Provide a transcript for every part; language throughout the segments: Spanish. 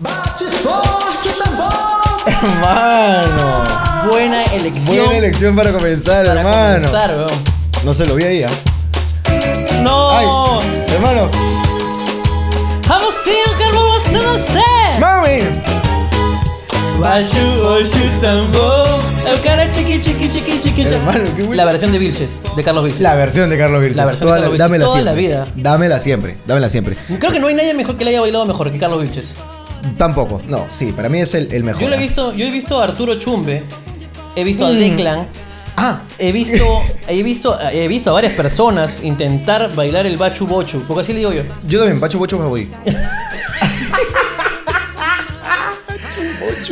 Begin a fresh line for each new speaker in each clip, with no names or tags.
Bates forte tambor.
Hermano.
Buena elección.
Buena elección para comenzar,
para
hermano.
comenzar, weón.
No se lo vi ahí, ¿ah? Ay,
No.
hermano.
Vamos sin carbón, se no sé.
¡Mami!
Bashu, oshu, tambor. El cara chiqui, chiqui, chiqui, chiqui.
Hermano, qué bueno.
La versión de Vilches, de Carlos Vilches.
La versión de Carlos Vilches.
La versión de
Toda
Carlos Vilches,
Dámela
toda la
siempre.
vida.
Dámela siempre. Dámela siempre.
Creo que no hay nadie mejor que le haya bailado mejor que Carlos Vilches.
Tampoco. No, sí, para mí es el, el mejor.
Yo lo he
¿ah?
visto, yo he visto a Arturo Chumbe, he visto a Declan,
Ah,
he visto, he visto, he visto a varias personas intentar bailar el bachu bochu, porque así le digo yo.
yo también, Pacho Bocho Baboy.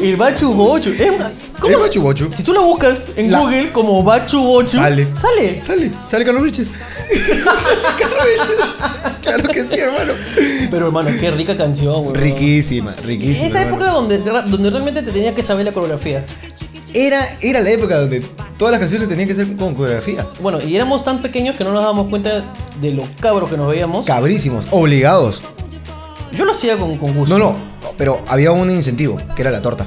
El bachu bochu, es una- ¿cómo?
¿Cómo Eh, Pacho Bocho?
Si tú lo buscas en
La-
Google como bachu bochu,
Sale.
sale.
Sale, sale Carlos Vilches. Carlos Vilches. Claro que sí, hermano.
Pero hermano, qué rica canción, weón.
Riquísima, riquísima.
Esa
hermano.
época donde, donde realmente te tenía que saber la coreografía.
Era, era la época donde todas las canciones tenían que ser con coreografía.
Bueno, y éramos tan pequeños que no nos dábamos cuenta de los cabros que nos veíamos.
Cabrísimos, obligados.
Yo lo hacía con, con gusto.
No, no, pero había un incentivo, que era la torta.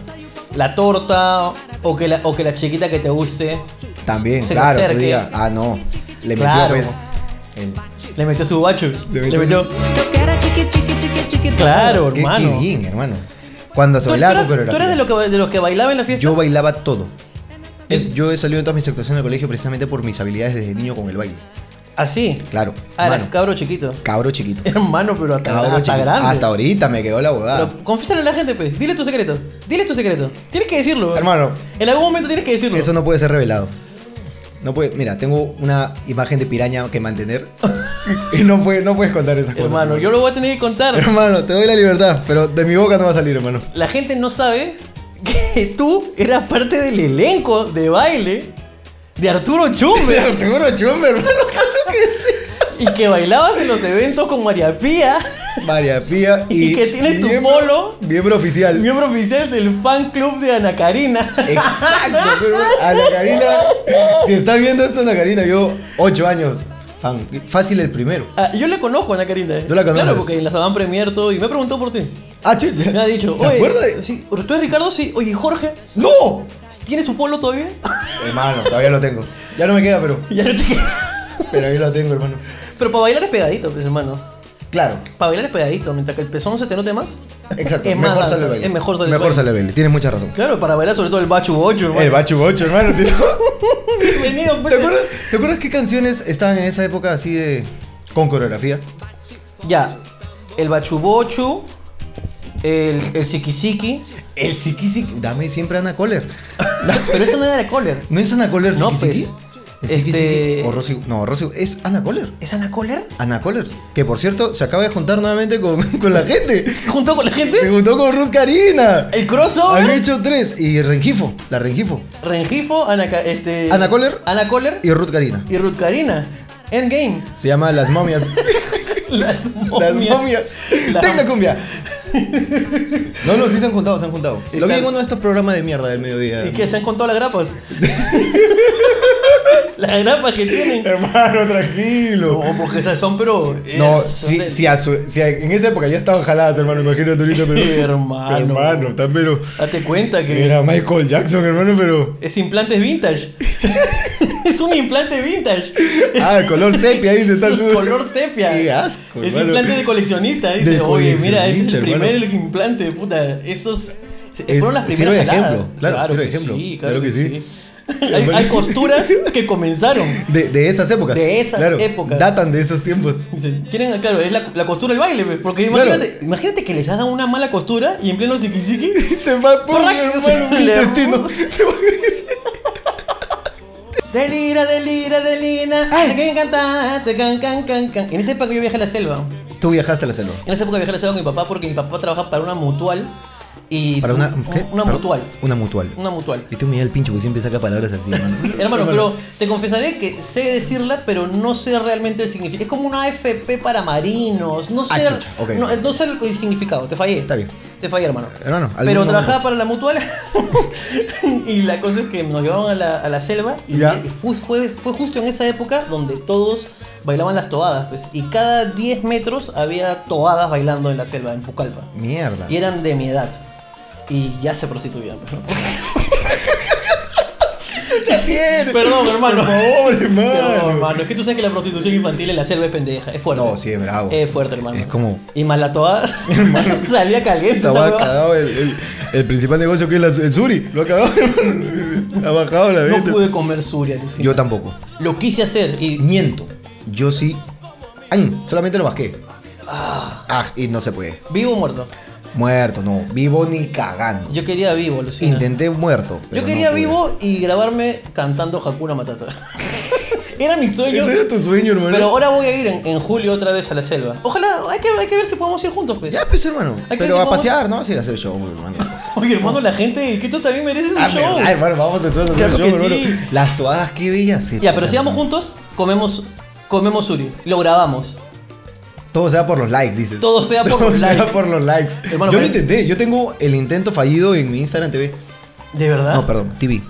La torta, o que la, o que la chiquita que te guste
También,
Se le
claro, tú
acerque.
digas, ah, no, le metió
Claro.
pues. el-
le metió su bacho.
Le
Le
metió-
metió.
Eu quero é tiqui, tiqui, tiqui, tiqui.
Claro,
qué-
hermano.
Qué bien, hermano. Cuando se
¿Tú, tú
bailaba
eras,
con coreografía.
tú eras de, lo que, de los que bailaba en la fiesta?
Yo bailaba todo. Eh,
El-
Yo he salido en todas mis actuaciones del colegio precisamente por mis habilidades desde niño con el baile.
Así.
Claro.
Ah, eras
mano,
cabro chiquito.
cabro chiquito.
Hermano, pero hasta,
Cabro
hasta
chiquito.
grande.
Hasta ahorita me quedó la huevada.
Pero confiésale a la gente, pues. Dile tu secreto. Dile tu secreto. Tienes que decirlo.
Hermano.
En algún momento tienes que decirlo.
Eso no puede ser revelado. No puede, mira, tengo una imagen de piraña que mantener. y no, puede, no puedes contar esas cosas.
Hermano, yo lo voy a tener que contar.
Hermano, te doy la libertad, pero de mi boca no va a salir, hermano.
La gente no sabe que tú eras parte del elenco de baile de Arturo Chumbe
Arturo Chumbe, hermano, claro que
y que bailabas en los eventos con María Pía,
sí. María Pía y.
Y que tienes tu
miembro-
polo.
Miembro oficial.
miembro oficial del fan club de Ana Karina.
Exacto, pero Ana Karina. Si está viendo esto, Ana Karina, yo, 8 años. Fan, fácil el primero.
Ah, yo la conozco a Ana Karina.
¿Tú la conoces?
Claro, porque en la Saban Premier todo y me preguntó por ti.
Ah, chucha.
Me ha dicho,
¿Se
oye,
acuerda de-
sí, ¿tú eres Ricardo? Sí. Oye, Jorge,
¡No!
¿tienes su polo todavía?
Hermano, todavía lo tengo. Ya no me queda, pero.
ya no te queda.
Pero ahí lo tengo, hermano.
Pero para bailar es pegadito, pues, hermano.
Claro,
Para bailar es pegadito. Mientras que el pezón se te note más,
exacto.
Es más
mejor
danza,
sale el baile.
es mejor sale el
mejor
baile.
sale el baile. Tienes mucha razón.
Claro, para bailar sobre todo el bachu bocho, hermano.
El bachu bocho, hermano. si no-
Bienvenido, pues.
¿Te, acuerdas, ¿Te acuerdas qué canciones estaban en esa época así de. con coreografía?
Ya, el bachubochu, el, el siquisiqui.
El Siki Siki. Dame siempre Ana Coller.
Pero eso no era de Kohler.
¿No es Ana Coller
No,
Siki Siki?
pues,
¿Es Siki
este-
Siki? O Rosy. No, Rosy. Es Ana Coller.
¿Es Ana Kohler?
Ana Coller. Que por cierto, se acaba de juntar nuevamente con, con la gente.
¿Junto con la
Se
gente?
juntó con Ruth Karina.
¿El
Han
crossover?
hecho tres. Y Rengifo. La Rengifo.
Rengifo, Ana, Ca- este,
Ana Kohler.
Ana Kohler
Y Ruth Karina.
y Ruth Karina. Endgame.
Se llama Las Momias.
Las
Las
momias.
momias.
Las-
Tecnocumbia. No, no, sí se han juntado, se han juntado.
Y
Lo vi en
claro.
uno de estos programas de mierda del mediodía.
¿Y qué? ¿Se han contado las grapas? las grapas que tienen.
Hermano, tranquilo.
No, porque esas son, pero.
No,
es- son
si,
de-
si, a su- si a- en esa época ya estaban jaladas, hermano, imagínate ahorita, pero...
Hermano.
Hermano, tan pero...
Date cuenta que.
Era Michael Jackson, hermano, pero...
Es implante vintage. es un implante vintage.
Ah, el color sepia, dice, está
El
su-
color sepia.
Qué asco,
Es
hermano.
implante de coleccionista. Dice,
De
oye, mira, este es el
coleccionista,
primer implante, puta. Esos se-
Es-
fueron las
sirve
primeras
de
jaladas.
ejemplo, claro, sirve de ejemplo,
Sí, claro, que, sí. hay,
Hermano.
hay costuras que comenzaron.
De, de esas épocas.
De esas
claro,
épocas.
Datan de esos tiempos.
Dice, Quieren, claro, es la, la costura del baile, pues, porque
Claro.
imagínate, imagínate que les hagan una mala costura y en pleno psiquisiqui
Se va por
Prac,
hermano,
se
mi
le-
intestino. Se va-
Delira, delira, delina, te can, can, ta, te can, can, can, can. En esa época yo viajé a la selva.
Tú viajaste a la selva.
En esa época viajé a la ciudad con mi papá porque mi papá trabaja para una mutual y...
Para una... ¿qué?
Una
Para-
mutual.
Una mutual.
Una mutual.
Y tú me da el pincho porque siempre saca palabras así, hermano.
Hermano, pero te confesaré que sé decirla, pero no sé realmente el significado. Es como una AFP para marinos. No sé,
Ah, chucha, ok.
no, eh, no sé el, el significado. Te fallé.
Está bien.
Te fallé, hermano.
Hermano, algún
pero
momento.
trabajaba para la mutual y la cosa es que nos llevaban a la, a la selva y
Ya.
fue, fue, fue justo en esa época donde todos bailaban las toadas, pues. Y cada 10 metros había toadas bailando en la selva, en Pucallpa.
Mierda.
Y eran de mi edad. Y ya se prostituían, pues, ¿no?
chucha tiene?
Perdón, hermano.
Por favor, hermano.
Perdón, hermano. Es que tú sabes que la prostitución infantil en la selva es pendeja. Es fuerte.
No, sí, es bravo.
Es fuerte, hermano.
Es como-
Y más la toada salía caliente. esa
Estaba
huevada.
cagado el, el, el principal negocio que es la- el suri. Lo ha cagado. ha bajado la
No
venta.
pude comer suria, Lucía.
Yo tampoco.
Lo quise hacer y
Miento. Yo sí. ¡An! Solamente lo bajé. Ah, y no se puede.
vivo o muerto.
Muerto, no. Vivo ni cagando.
Yo quería vivo, Lucía.
Intenté muerto. pero
Yo
no
quería
pude.
vivo y grabarme cantando Hakuna Matata. Era mi sueño.
Ese era tu sueño, hermano.
Pero ahora voy a ir en, en julio otra vez a la selva. Ojalá, hay que, hay que ver si podemos ir juntos, pues.
Ya, pues, hermano.
Hay que
Pero a
vamos-
pasear, ¿no? Vas a ir a hacer show, hermano.
Oye, hermano, la gente de Quito también merece su
Ah,
show.
verdad, hermano, vamos entonces a hacer
Claro
show,
que
hermano.
sí.
Las toadas, qué bellas.
Ya, pero si
eran,
vamos
hermano.
juntos, comemos, comemos suri. Lo grabamos.
Todo sea por los likes, dices.
Todo sea por los
sea
likes.
por los likes.
Hermano,
yo lo
pare-
intenté. Yo tengo el intento fallido en mi Instagram TV.
¿De verdad?
No, perdón, TV.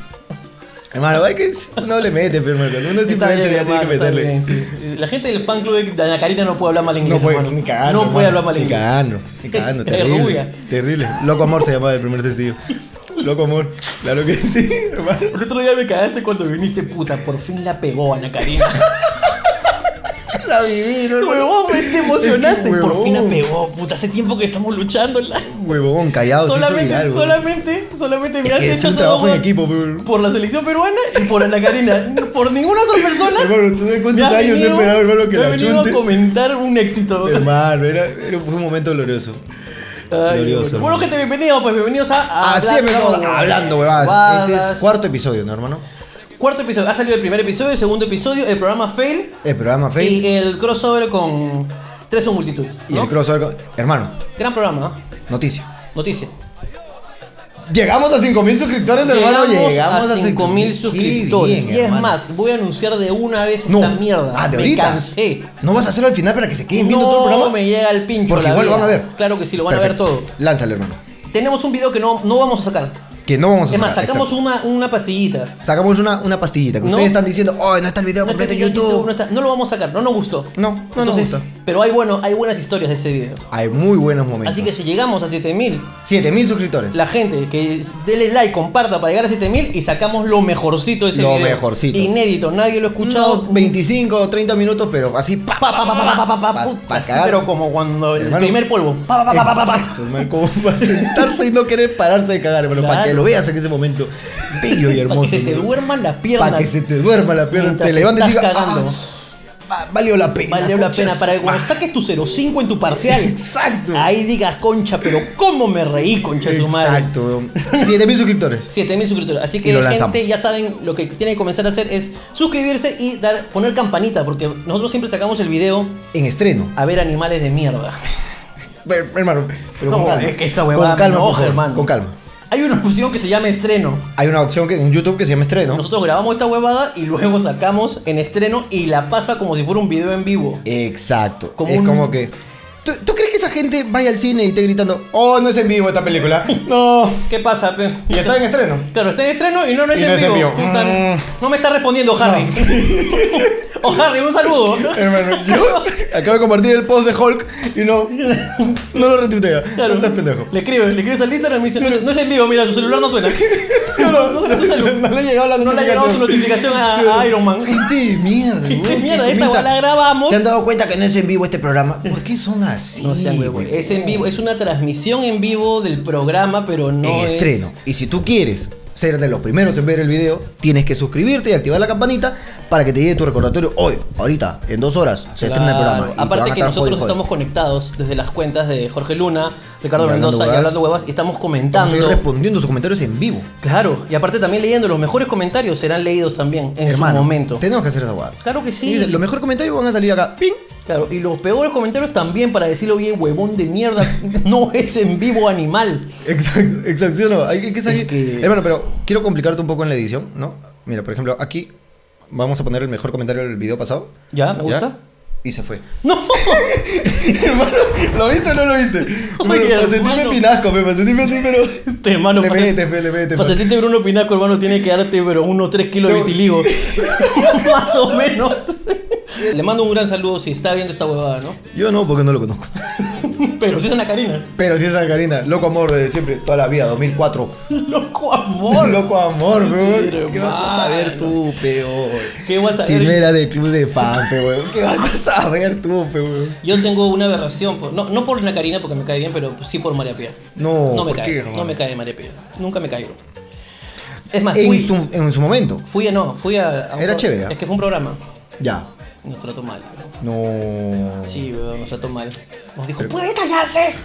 hermano, hay que no le mete, pero hermano. Uno
Está
simplemente
bien,
ya tiene que
hermano, está
meterle.
bien, sí. La gente del fan club de Dana Karina no puede hablar mal inglés.
No puede,
hermano.
ni cagando.
No puede
hermano.
hablar mal
Ni
inglés.
cagando, ni cagando.
Es
Terrible.
rubia.
Terrible. Loco Amor se llamaba el primer sencillo. Loco Amor, claro que sí, hermano.
El otro día me cagaste cuando viniste, puta. Por fin la pegó Ana Karina.
La viví,
Huevón, me te emocionaste.
Es que,
Por fin la
huevón.
pegó, puta. Hace tiempo que estamos luchando. la-
Huevón, callado. se hizo
solamente,
viral, huevón.
solamente, solamente me
Es
has
que es
hecho
un
esa
trabajo en
obra
equipo, pero-
Por la selección peruana y por Ana Karina. por ninguna otra persona.
Hermano, ¿tú sabes
me
cuántos
has
años he
venido-
esperado, hermano, que
me has
la
venido a
chunte?
comentar un éxito.
Hermano, era, era- fue un momento glorioso.
Ay,
glorioso,
bueno. bueno,
hermano.
gente, bienvenidos, pues bienvenidos a
Así
Hablando
empezamos
Huevadas.
hablando, huevadas. Este es cuarto episodio, ¿no, hermano?
Cuarto episodio, ha salido el primer episodio, el segundo episodio, el programa Fail,
El programa Fail
y el crossover con Tres o Multitud.
y,
¿no?
el crossover. con- Hermano,
Gran programa,
noticia.
¿no? Noticia.
Llegamos a 5000 suscriptores, hermano. Llegamos a
5000
Qué
suscriptores.
bien,
y es
hermano.
más, voy a anunciar de una vez
no.
esta mierda.
Ah, de
me
ahorita.
cansé.
No vas a hacerlo al final para que se queden viendo todo el
No
programa.
me llega el pincho.
Porque
la
igual lo
vida.
van a ver.
Claro que sí, lo van a ver
Perfecto.
todo.
Lánzalo, hermano.
Tenemos un video que no, no vamos a sacar.
Que no vamos a
Es más,
sacar,
sacamos
exacto.
una, una pastillita.
Sacamos una, una pastillita. Que
No.
ustedes están diciendo, oh, no está el video
No,
completo en
está en
YouTube.
no, está- no lo vamos a sacar, no nos gustó.
No, no nos gusta.
Pero hay, bueno, hay buenas historias de ese video.
Hay muy buenos momentos.
Así que si llegamos a 7000,
7000 suscriptores.
la gente que es- dele like, comparta para llegar a 7000 y sacamos lo mejorcito de ese
Lo
video.
mejorcito.
Inédito, nadie lo ha escuchado.
Unos 25 o 30 minutos, pero así. Pa,
Pa, pa, pa, pa, pa, pa, pa,
Pa-
puta,
pa
sí,
cagar.
pero como cuando el
Hermano.
primer polvo. Pa, pa, pa, pa, pa, pa.
Exacto, hermano, como para sentarse y no querer pararse de cagar, hermano. Para
Claro.
que lo veas en ese momento bello y hermoso.
Para que se te
hermano.
duerman las piernas.
Para que se te duerma la pierna.
Mientras
Te
te
levantes y
estás
digas,
cagando.
"Ah, va- valió la pena.
Valió la
concha
pena
su
para que cuando
madre".
saques tu 05 en tu parcial.
Exacto.
Ahí digas, concha, pero ¿cómo me reí, concha de su madre?
Exacto, weón. 7000 suscriptores.
7000 suscriptores. Así
Y
que
lo
la
lanzamos.
gente ya saben lo que tiene que comenzar a hacer es suscribirse y dar poner campanita porque nosotros siempre sacamos el video
En estreno.
a ver animales de mierda.
Pero, hermano, pero
No,
con calma.
es que esta huevada
Con calma,
me
por
enoja,
favor,
hermano.
Con calma.
Hay una opción que se llama estreno.
Hay una opción que, en YouTube que se llama estreno.
Nosotros grabamos esta huevada y luego sacamos en estreno y la pasa como si fuera un video en vivo.
Exacto.
Como
es
un-
como que. ¿tú, tú crees que esa gente vaya al cine y esté gritando, oh, no es en vivo esta película? No.
¿Qué pasa, pe?
Y está en estreno.
Claro, está en estreno y no, no es,
Y
en,
no es en
vivo.
vivo.
Puta,
Mm.
No me está respondiendo Harry. o Harry, un saludo.
Hermano, yo acabo de compartir el post de Hulk y no. No lo retuitea.
Claro.
No seas pendejo.
Le escribes, le escribes al Instagram y me dice, no, no es en vivo, mira, su celular no suena. no, no suena su celu.
No le ha llegado la
No le ha llegado su notificación a, a Iron Man.
Gente de mierda,
Gente de
weón,
mierda,
que
esta
comenta.
la grabamos.
¿Se han dado cuenta que no es en vivo este programa? ¿Por qué son así?
No sean huevos.
weón?
Es en vivo, es una transmisión en vivo del programa, pero no
en
es-
estreno. Y si tú quieres ser de los primeros en ver el video, tienes que suscribirte y activar la campanita para que te llegue tu recordatorio hoy, ahorita, en dos horas, se estrena el
Claro.
programa. y te van
Aparte
a
que
estar
nosotros
jode, jode.
estamos conectados desde las cuentas de Jorge Luna, Ricardo
Y Hablando
Mendoza y
Huevadas.
Hablando Huevas y estamos
Vamos a ir
comentando.
respondiendo sus comentarios en vivo.
Claro, y aparte también leyendo, los mejores comentarios serán leídos también en
Hermano,
su momento.
tenemos que hacer esa guada.
Claro que sí.
los mejores comentarios van a salir acá. ¡Ping!
Claro, y los peores comentarios también para decirle, oye, huevón de mierda, no es en vivo animal.
Exacto, exacto, ¿sí o no? Hay que- hay que salir.
Es que-
Hermano, pero quiero complicarte un poco en la edición, ¿no? Mira, por ejemplo, aquí vamos a poner el mejor comentario del video pasado.
Ya, Ah, me gusta.
Y se fue.
No,
hermano, ¿lo viste o no lo viste?
Oye,
Para sentirme
hermano.
pinasco, me para sentirme así, pero.
te hermano.
Le
para-
metes, fe, le metes,
Para
fe.
sentirte Bruno Pinaco, hermano, tiene que darte pero unos 3 kilos de
No.
vitiligo. Más o menos. Le mando un gran saludo si está viendo esta huevada, ¿no?
Yo no, porque no lo conozco.
Pero si es Ana Karina.
Pero sí es Ana Karina, loco amor de siempre, toda la vida, 2004.
Loco amor.
loco amor,
Oh, Sí,
weón. ¿Qué
hermano.
vas a saber tú, peor?
¿Qué vas a
Si
ver?
no era del club de fan, pe, weón. ¿Qué vas a saber tú, pe, weón?
Yo tengo una aberración, por- no, no por Ana Karina porque me cae bien, pero sí por María Pía.
No,
no me
¿por
cae.
qué, hermano?
no me cae María Pía. Nunca me cayeron. Es más, fui,
En su, en su momento.
fui a no, fui a. a un
Era
pro-
chévere. ¿ah?
Es que fue un programa.
Ya.
Y Nos trató mal.
No.
Sí, weón, nos trató mal. Nos dijo, ¡puede callarse!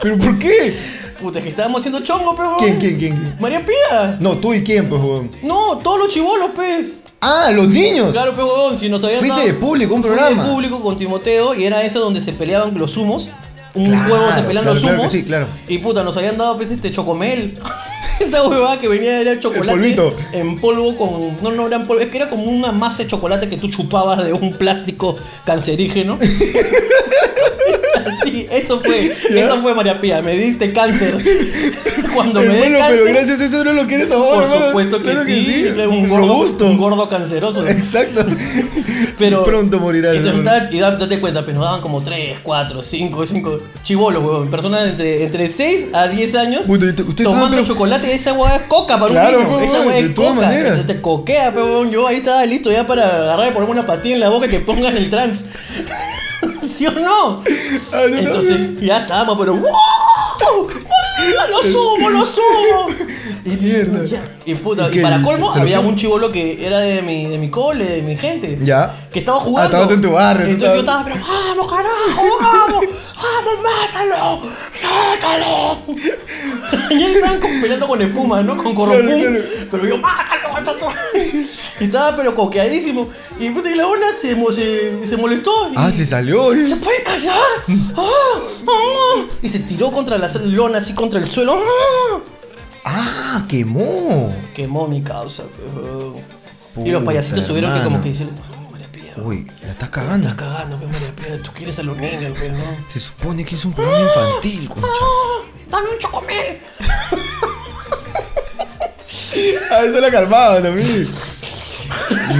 ¿Pero por qué?
Puta, es que estábamos haciendo chongo, pero.
¿Quién, quién, quién? quién?
María Pía.
No, tú y quién, pues, weón.
No, todos los chivolos, pues. pez.
Ah, los niños.
Claro, pero huevón, si nos habían
Fuiste
dado-
de público, un
Fui
programa.
de público con Timoteo y era eso donde se peleaban los humos. Un
Claro,
huevo se pelean
claro,
los
claro que
humos.
sí, claro.
Y puta, nos habían dado pues, este chocomel. Esa huevada que venía era chocolate
polvito.
en polvo con. No, no era en polvo. Es que era como una masa de chocolate que tú chupabas de un plástico cancerígeno. Así, eso fue. Eso fue María Pía. Me diste cáncer. Cuando me dé
Hermano,
cáncer.
pero gracias a eso no lo quieres ahora,
por
hermano.
supuesto que
Claro
sí. Un gordo,
Robusto.
un gordo canceroso.
Exacto.
Pero
Pronto morirás.
Y, tú
hermano.
estás- y da- date cuenta, pero nos daban como 3, 4, 5, 5 chivolos, huevón. Personas entre, entre 6 a 10 años
Puta, y tú- ustedes
tomando
estaban, pero-
chocolate. Esa hueá es coca para
Claro,
un niño.
huevón,
esa hueá
de
es
todas
coca.
maneras.
Se te coquea, pero huevón, yo ahí estaba listo ya para agarrar y ponerme una patilla en la boca que pongan el trans. ¿Sí o no?
Ah, yo
Entonces ya estábamos, pero ¡wow! ¡Lo sumo, lo sumo! Y,
Mierda.
ya, y puta,
¿Y
y
qué?
para
¿Se-
colmo
se lo
había
comió?
un chivolo que era de mi, de mi cole, de mi gente.
Ya.
Que estaba
Ah,
jugando.
estabas en tu barrio, tú
Entonces yo
estabas-
estaba, pero vamos, carajo, vamos, vamos, mátalo, mátalo. y ellos estaban como peleando con espuma, ¿no? Con corrompum.
Claro, claro.
Pero yo, mátalo, mátalo. y estaba, pero coqueadísimo. Y puta, y la onda se, mo- se, se molestó. y-
Ah, se salió. oye.
¿Se puede callar? ¡Ah! ¡Ah! Y se tiró contra la lona, así contra el suelo. ¡Ah!
Ah, quemó.
Quemó mi causa. pe, huevón. y
Puta,
los payasitos tuvieron que como
hermano.
que decirle, "Mano, María Pía,
Uy, la estás cagando.
estás cagando, pe, María Pía, tú quieres a los niños, pe, ¿no?
Se supone que es un programa infantil, concha.
¡Ah! ¡Dame un chocomel!
Ah, eso la calmaba también.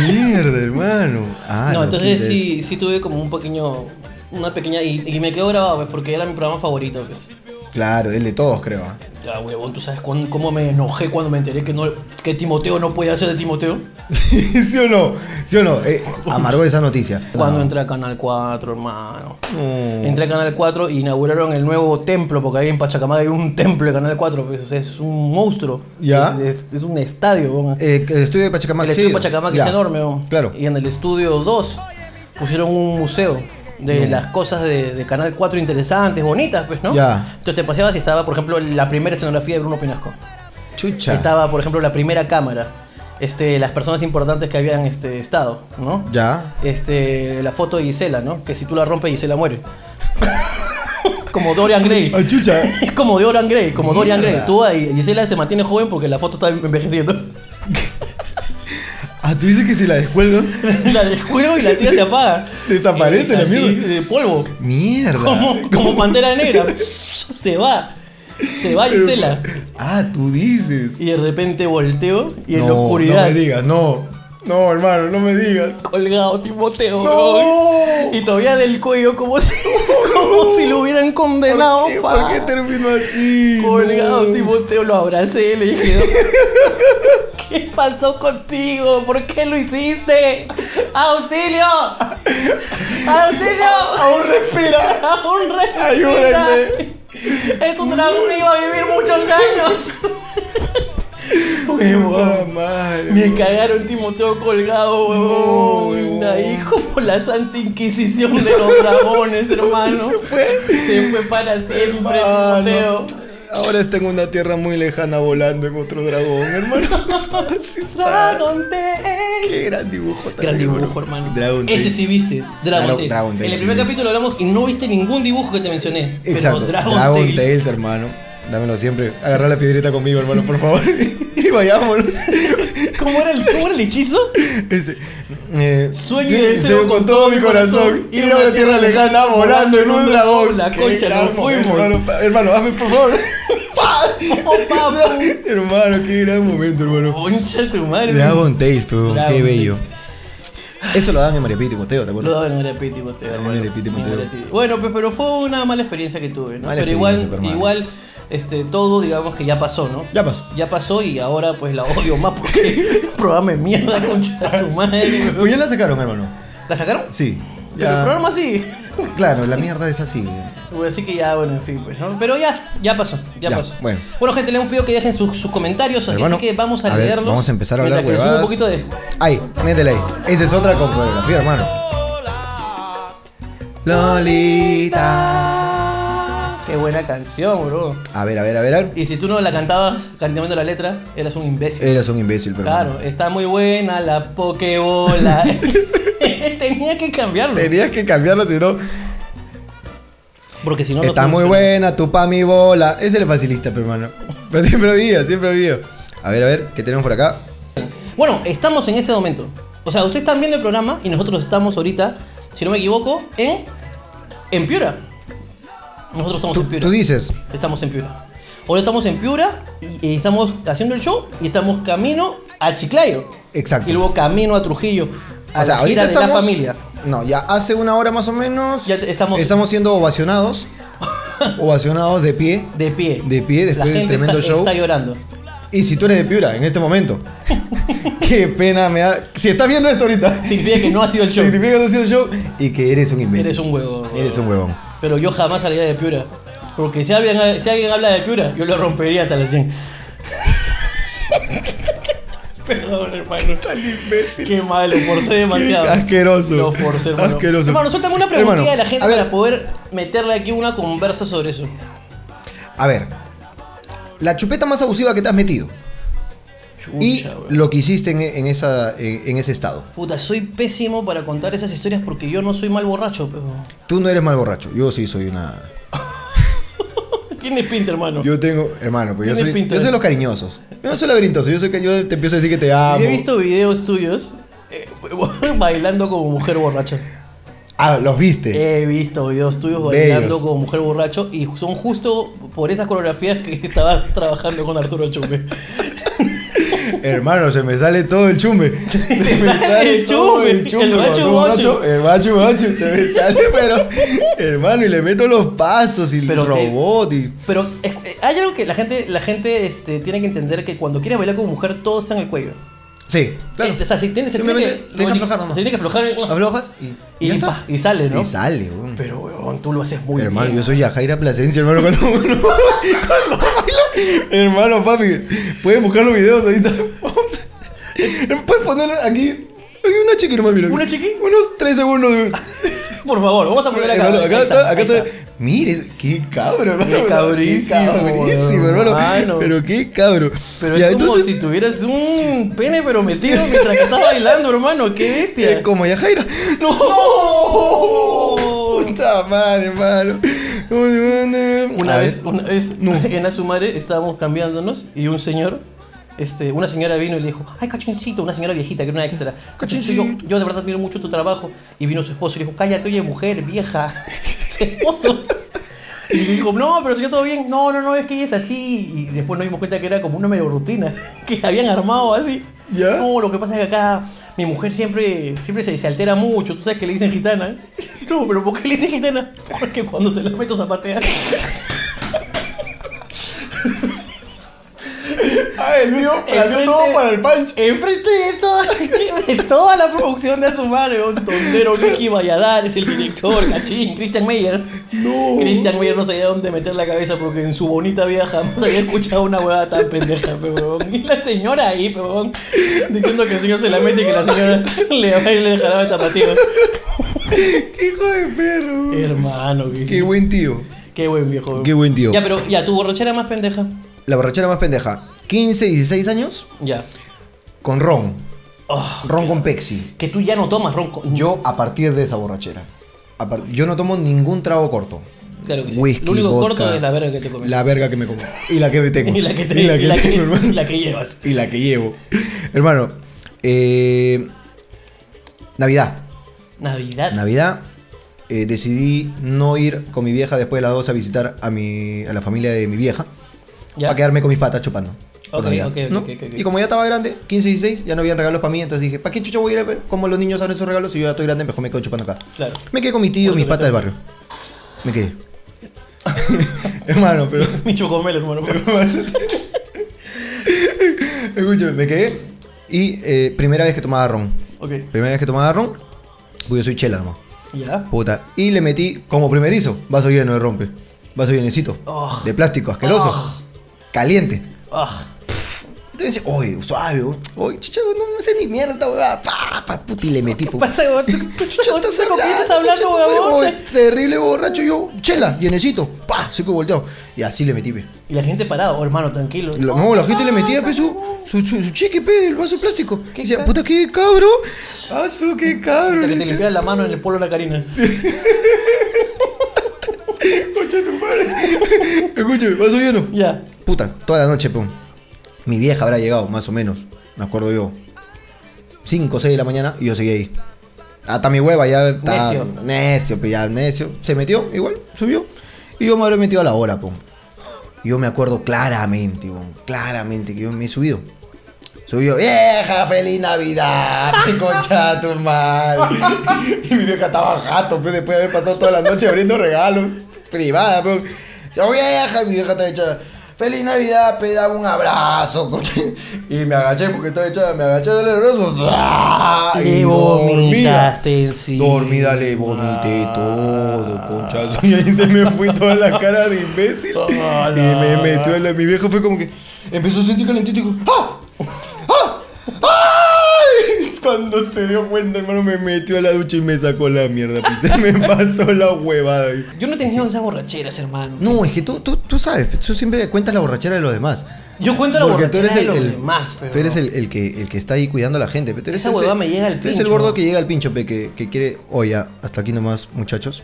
Mierda, hermano. Ah,
no, entonces
quita
sí, sí tuve como un pequeño. Una pequeña. Y, y me quedó grabado, pues, porque era mi programa favorito, pues.
eso. Claro, el de todos, creo. ¿ah?
Ya, huevón, ¿tú sabes cuán- cómo me enojé cuando me enteré que, no, que Timoteo no podía ser de Timoteo?
¿Sí o no? ¿Sí o no? Eh, amargó esa noticia.
Cuando entré a Canal 4, hermano.
No.
Entré a Canal 4 e inauguraron el nuevo templo, porque ahí en Pachacamaga hay un templo de Canal 4, pues, o sea, es un monstruo.
Ya.
Es, es- es un estadio, weón.
Eh, el estudio de Pachacamac.
El estudio
sí,
de Pachacamaga
ya.
es enorme, weón.
Claro.
Y en el estudio 2 pusieron un museo de
Mm.
las cosas de, de Canal 4 interesantes, bonitas, pues, ¿no?
Ya.
Entonces te paseabas y estaba, por ejemplo, la primera escenografía de Bruno Pinasco.
Chucha.
Estaba, por ejemplo, la primera cámara. Este, las personas importantes que habían este, estado, ¿no?
Ya.
este, la foto de Gisela, ¿no? Que si tú la rompes, Gisela muere. como Dorian Gray.
Ah, chucha.
Es como Dorian Gray, como Dorian
Mierda.
Gray. Tú ahí, Gisela se mantiene joven porque la foto está envejeciendo.
Ah, tú dices que si la descuelgan.
la descuido y la tía se apaga.
Desaparece
Eh,
la
así,
mierda.
De polvo.
Mierda.
Como, como pantera negra. se va. Se va Gisela.
Ah, tú dices.
Y de repente volteo y en
no,
la oscuridad.
No me digas, no. No, hermano, no me digas.
colgado Timoteo.
¡No!
bro. Y todavía del cuello como si, como si lo hubieran condenado.
¿Por qué,
pa.
por qué terminó así?
Colgado
No.
Timoteo, lo abracé, le dije, ¿qué pasó contigo? ¿Por qué lo hiciste? ¡Auxilio! ¡Auxilio! ¡Aún respira! ¡Aún respira!
Ayúdenme.
Es un dragón que iba a vivir muchos años.
Puta madre.
Me cagaron Timoteo colgado, huevón.
huevón.
Ahí como la santa inquisición de los dragones, hermano. Se fue. para siempre,
Hermano.
Timoteo.
Ahora está en una tierra muy lejana volando en otro dragón, hermano. Sí, está.
Dragon Tales.
Qué gran dibujo. tan
Gran
lindo.
dibujo, hermano.
Dragon
Ese
Tales.
sí viste, Dragon
Claro,
Tales.
Dragon Tales,
en el primer
sí.
capítulo hablamos y no viste ningún dibujo que te mencioné.
Exacto.
Pero
Dragon,
Dragon,
Tales.
Tales.
hermano. Dámelo siempre. Agarra la piedrita conmigo, hermano, por favor. y vayámonos.
¿Cómo era el, cómo era el hechizo?
Este, eh,
Sueño y deseo con todo mi corazón,
Ir a una tierra lejana volando en un dragón.
La concha,
Qué
nos
gran
fuimos.
momento, Hermano, Pa- hermano, hazme por favor.
¡Pa! ¡Po, pa, po!
hermano, qué gran momento, hermano.
Concha de tu madre.
Dragon Tales, pero
Dragon
qué
Tales.
bello. Eso lo dan en María Pía y Timoteo, ¿te
No,
acuerdas?
no era Piti Boteo,
No
hermano.
era Piti Boteo.
No era Piti. Bueno, pues, pero fue una mala experiencia que tuve, ¿no?
Mala
pero
experiencia,
igual,
pero mala.
igual, este, todo, digamos que ya pasó, ¿no?
Ya pasó.
Ya pasó y ahora pues la odio más porque el programa es mierda, concha de su madre.
Pues ya la sacaron, hermano.
¿La sacaron?
Sí.
Pero el programa sí.
Claro, la mierda es así.
Bueno, así que ya, bueno, en fin, pues, ¿no? Pero ya, ya pasó, ya,
Ya,
pasó.
bueno.
gente, le hemos pedido que dejen sus, sus comentarios,
Hermano,
así que vamos a,
ver,
leerlos.
Vamos a empezar a hablar
mientras que
huevadas.
subo un poquito de...
Ay, métele ahí. Esa es otra con coreografía, hermano. Lolita.
Qué buena canción, bro.
A ver, a ver, a ver, a ver.
Y si tú no la cantabas cantando la letra, eras un imbécil.
Eras un imbécil, pero.
claro, está muy buena la pokebola. Tenía que cambiarlo.
Tenías que cambiarlo, si no.
Porque si no, no
Está muy
funciona.
buena, tu pa mi bola. Ese es el facilista, pero, hermano. Pero siempre había, siempre había. A ver, a ver, ¿qué tenemos por acá?
Bueno, estamos en este momento. O sea, ustedes están viendo el programa y nosotros estamos ahorita, si no me equivoco, en. En Piura. Nosotros estamos
Tú,
en Piura.
tú dices.
Estamos en Piura. Ahora estamos en Piura y, y estamos haciendo el show y estamos camino a Chiclayo.
Exacto.
Y luego camino a Trujillo. A
O sea,
la
ahorita
gira de
estamos.
la familia.
No, ya hace una hora más o menos.
Ya te- estamos-
siendo ovacionados. ovacionados de pie.
De pie.
De pie,
la
después del
gente
tremendo
está,
show.
está llorando.
Y si tú eres de Piura en este momento. qué pena me da. Si estás viendo esto ahorita.
Significa que no ha sido el show.
Significa que has sido el show y que eres un imbécil.
Eres un huevón.
Eres un huevón.
Pero yo jamás saliría de Piura. Porque si alguien, si alguien habla de Piura, yo lo rompería hasta la 100. Perdón, hermano. Tan imbécil. Qué malo, forcé demasiado.
Qué asqueroso.
Lo forcé, hermano.
Asqueroso.
Hermano, suéltame una preguntita
Hermano,
de la gente
a ver.
para poder meterle aquí una conversa sobre eso.
A ver. La chupeta más abusiva que te has metido. y
Chucha, weón.
lo que hiciste en, en esa, en, en ese estado.
Puta, soy pésimo para contar esas historias porque yo no soy mal borracho, pero.
Tú no eres mal borracho. Yo sí soy una.
Tienes pinta, hermano.
Yo tengo. Hermano, pues yo
Tienes
soy,
pinta
yo
de-
soy los cariñosos. Yo no soy laberintoso. Yo, soy, que- yo te empiezo a decir que te amo.
Yo he visto videos tuyos eh, bailando como mujer borracha.
Ah, los viste.
He visto videos tuyos
Bellos.
bailando como mujer borracho y son justo por esas coreografías que estabas trabajando con Arturo Chumbe.
Hermano, se me sale todo el chumbe. Se me
sale el
todo
chumbe, el
cuando
macho
como
bocho.
macho, El macho macho, se me sale, pero. Hermano, y le meto los pasos y
Pero
el
te-
robot y.
Pero es- eh, hay algo que la gente, la gente este, tiene que entender que cuando quieres bailar como mujer todo está en el cuello.
Sí, claro.
Eh, o sea, si tienes, se tiene que,
Simplemente tienes que aflojar nomás.
se tiene que aflojar el-
Aflojas y.
y,
ya
pa,
está.
y sale, ¿no?
Y sale, weón.
Pero weón, tú lo haces muy
hermano,
bien.
yo soy Yajaira Plasencia, hermano. Cuando, cuando bailo. Hermano, papi, puedes buscar los videos ahorita. Puedes poner aquí. aquí una chiquita, mami.
¿Una chiqui?
Unos tres segundos de.
Por favor, vamos a poner acá.
Hermano, acá
Ahí
está, acá
ahí
está. Mire, qué cabro, hermano.
Qué cabrísimo,
cabrísimo, hermano.
hermano.
Pero qué cabro.
Pero
Ya,
es como
entonces,
si tuvieras un pene pero metido mientras que estás bailando, hermano. Qué bestia.
eh, como Yajaira. ¡No!
Oh.
Puta madre, hermano. eh.
Una
A
vez,
ver.
una vez en Azumare estábamos cambiándonos y un señor, este, una señora vino y le dijo, ay cachincito, una señora viejita que era una extra. Cachincito, yo, yo de verdad admiro mucho tu trabajo. Y vino su esposo y le dijo, cállate, oye mujer, vieja. su esposo. Y le dijo, no, pero señor, todo bien. No, no, no, es que ella es así. Y después nos dimos cuenta que era como una medio rutina que habían armado así.
¿Ya?
No, lo que pasa es que acá mi mujer siempre, siempre se, se altera mucho. Tú sabes que le dicen gitana. No, pero ¿por qué le dicen gitana? Porque cuando se la meto zapatea.
Ah, el tío planeó
Enfrente-
todo para el pancho.
Enfrente de toda, de toda la producción de Azumare, un tondero Nicky Valladares, el director, Cachín, Christian Meyer.
No.
Christian Meyer no sabía dónde meter la cabeza porque en su bonita vida jamás había escuchado una huevada tan pendeja, pe, huevón. Y la señora ahí, pe, huevón, diciendo que el señor se la mete y que la señora le baile el jarabe tapatío.
Qué hijo de perro.
Hermano, qué,
Eh, Qué buen tío.
qué buen viejo. huevón.
Qué buen tío.
Ya, pero ya, tu borrachera más pendeja.
La borrachera más pendeja. 15, 16 años
Ya.
con ron.
Oh,
Ron con Pepsi.
que tú ya no tomas ronco.
Yo a partir de esa borrachera. a par- Yo no tomo ningún trago corto.
Claro que sí.
Whisky,
Lo único
vodka,
corto es la verga que te comes.
La verga que me como. Y la que me tengo.
Y la que te- y la que- y la que llevas.
Y la que llevo. Hermano, eh, Navidad.
Navidad.
Navidad eh, decidí no ir con mi vieja después de las 2 a visitar a, mi, a la familia de mi vieja.
Ya.
Para quedarme con mis patas chupando.
Ok,
Navidad,
ok, ok,
¿no?
ok, ok, ok.
Y como ya estaba grande, 15 y 16, ya no habían regalos para mí, entonces dije, ¿para qué chucho voy a ir a ver cómo los niños abren sus regalos si yo ya estoy grande? Mejor me quedo chupando acá.
Claro.
Me quedé con mis tíos, mis patas del barrio. Me quedé. Hermano, pero...
Mi chocomel, hermano. pero-
Escúchame, me quedé. Y eh, primera vez que tomaba ron.
ok.
Primera vez que tomaba ron, pues yo soy chela, hermano.
¿Ya?
Puta. Y le metí como primerizo, vaso lleno de rompe. Vaso llenecito.
Ugh.
De plástico, asqueroso.
Ugh.
Caliente.
Ah,
Entonces dice, oye, suave, oh. oye, chucha, no, no sé ni mierda esta huevada. Pa, pa, puta, y le metí, po.
pasa, weón? ¿Qué chucha
Chucha,
estás
estás
hablando, estás
chucha,
hablando,
tu madre,
weón?
bo- Terrible borracho yo, chela, llenecito, pa, seco volteado. Y así le metí, pe.
Y la gente parada, oh, hermano, tranquilo.
La- no, la gente le metía, pe, su, su, su, su cheque, pe, el vaso de plástico. Y decía, puta, qué cabro. Ah, su, qué cabro.
Hasta que te limpias la mano en el polo de la Karina.
Escucha tu madre. Escúchame, vaso lleno.
Ya.
Puta, toda la noche, pum. Mi vieja habrá llegado, más o menos. Me acuerdo yo. 5 o 6 de la mañana y yo seguí ahí. Hasta mi hueva ya. estaba-
Necio.
Necio, pe, ya, necio. Se metió, igual, subió. Y yo me habré metido a la hora, pum. Yo me acuerdo claramente, pum. Claramente que yo me he subido. Subió, vieja, feliz Navidad, te concha de tu madre. Y mi vieja estaba gato, pues, después de haber pasado toda la noche abriendo regalos, privada, pues. Yo, vieja, y mi vieja estaba hecha, feliz Navidad, pe, dame un abrazo. coño". Y me agaché porque estaba hecha, me agaché, dale el abrazo. ¡ah!
Le
dormía.
vomitaste encima.
Dormida le vomité todo, concha. Y ahí se me fue toda la cara de imbécil.
Hola.
Y me metió en Ah, la... Mi viejo fue como que... Empezó a sentir calentito y dijo... ¡Ah! ¡Ah! ¡Ay! Cuando se dio cuenta, hermano, me metió a la ducha y me sacó la mierda. pues, se me pasó la huevada. ahí.
Yo no he tenido esas borracheras, hermano.
No, es que tú, tú, tú sabes, tú siempre cuentas la borrachera de los demás.
Yo cuento la
Porque tú
borrachera
eres
de
el,
los
el-
demás, pero.
tú eres el, el que, el que está ahí cuidando a la gente. pe, tú eres
Esa
ese-
huevada me llega al
tú eres el
pincho.
gordo que llega al pincho, pe, que, que quiere, oye, hasta aquí nomás, muchachos.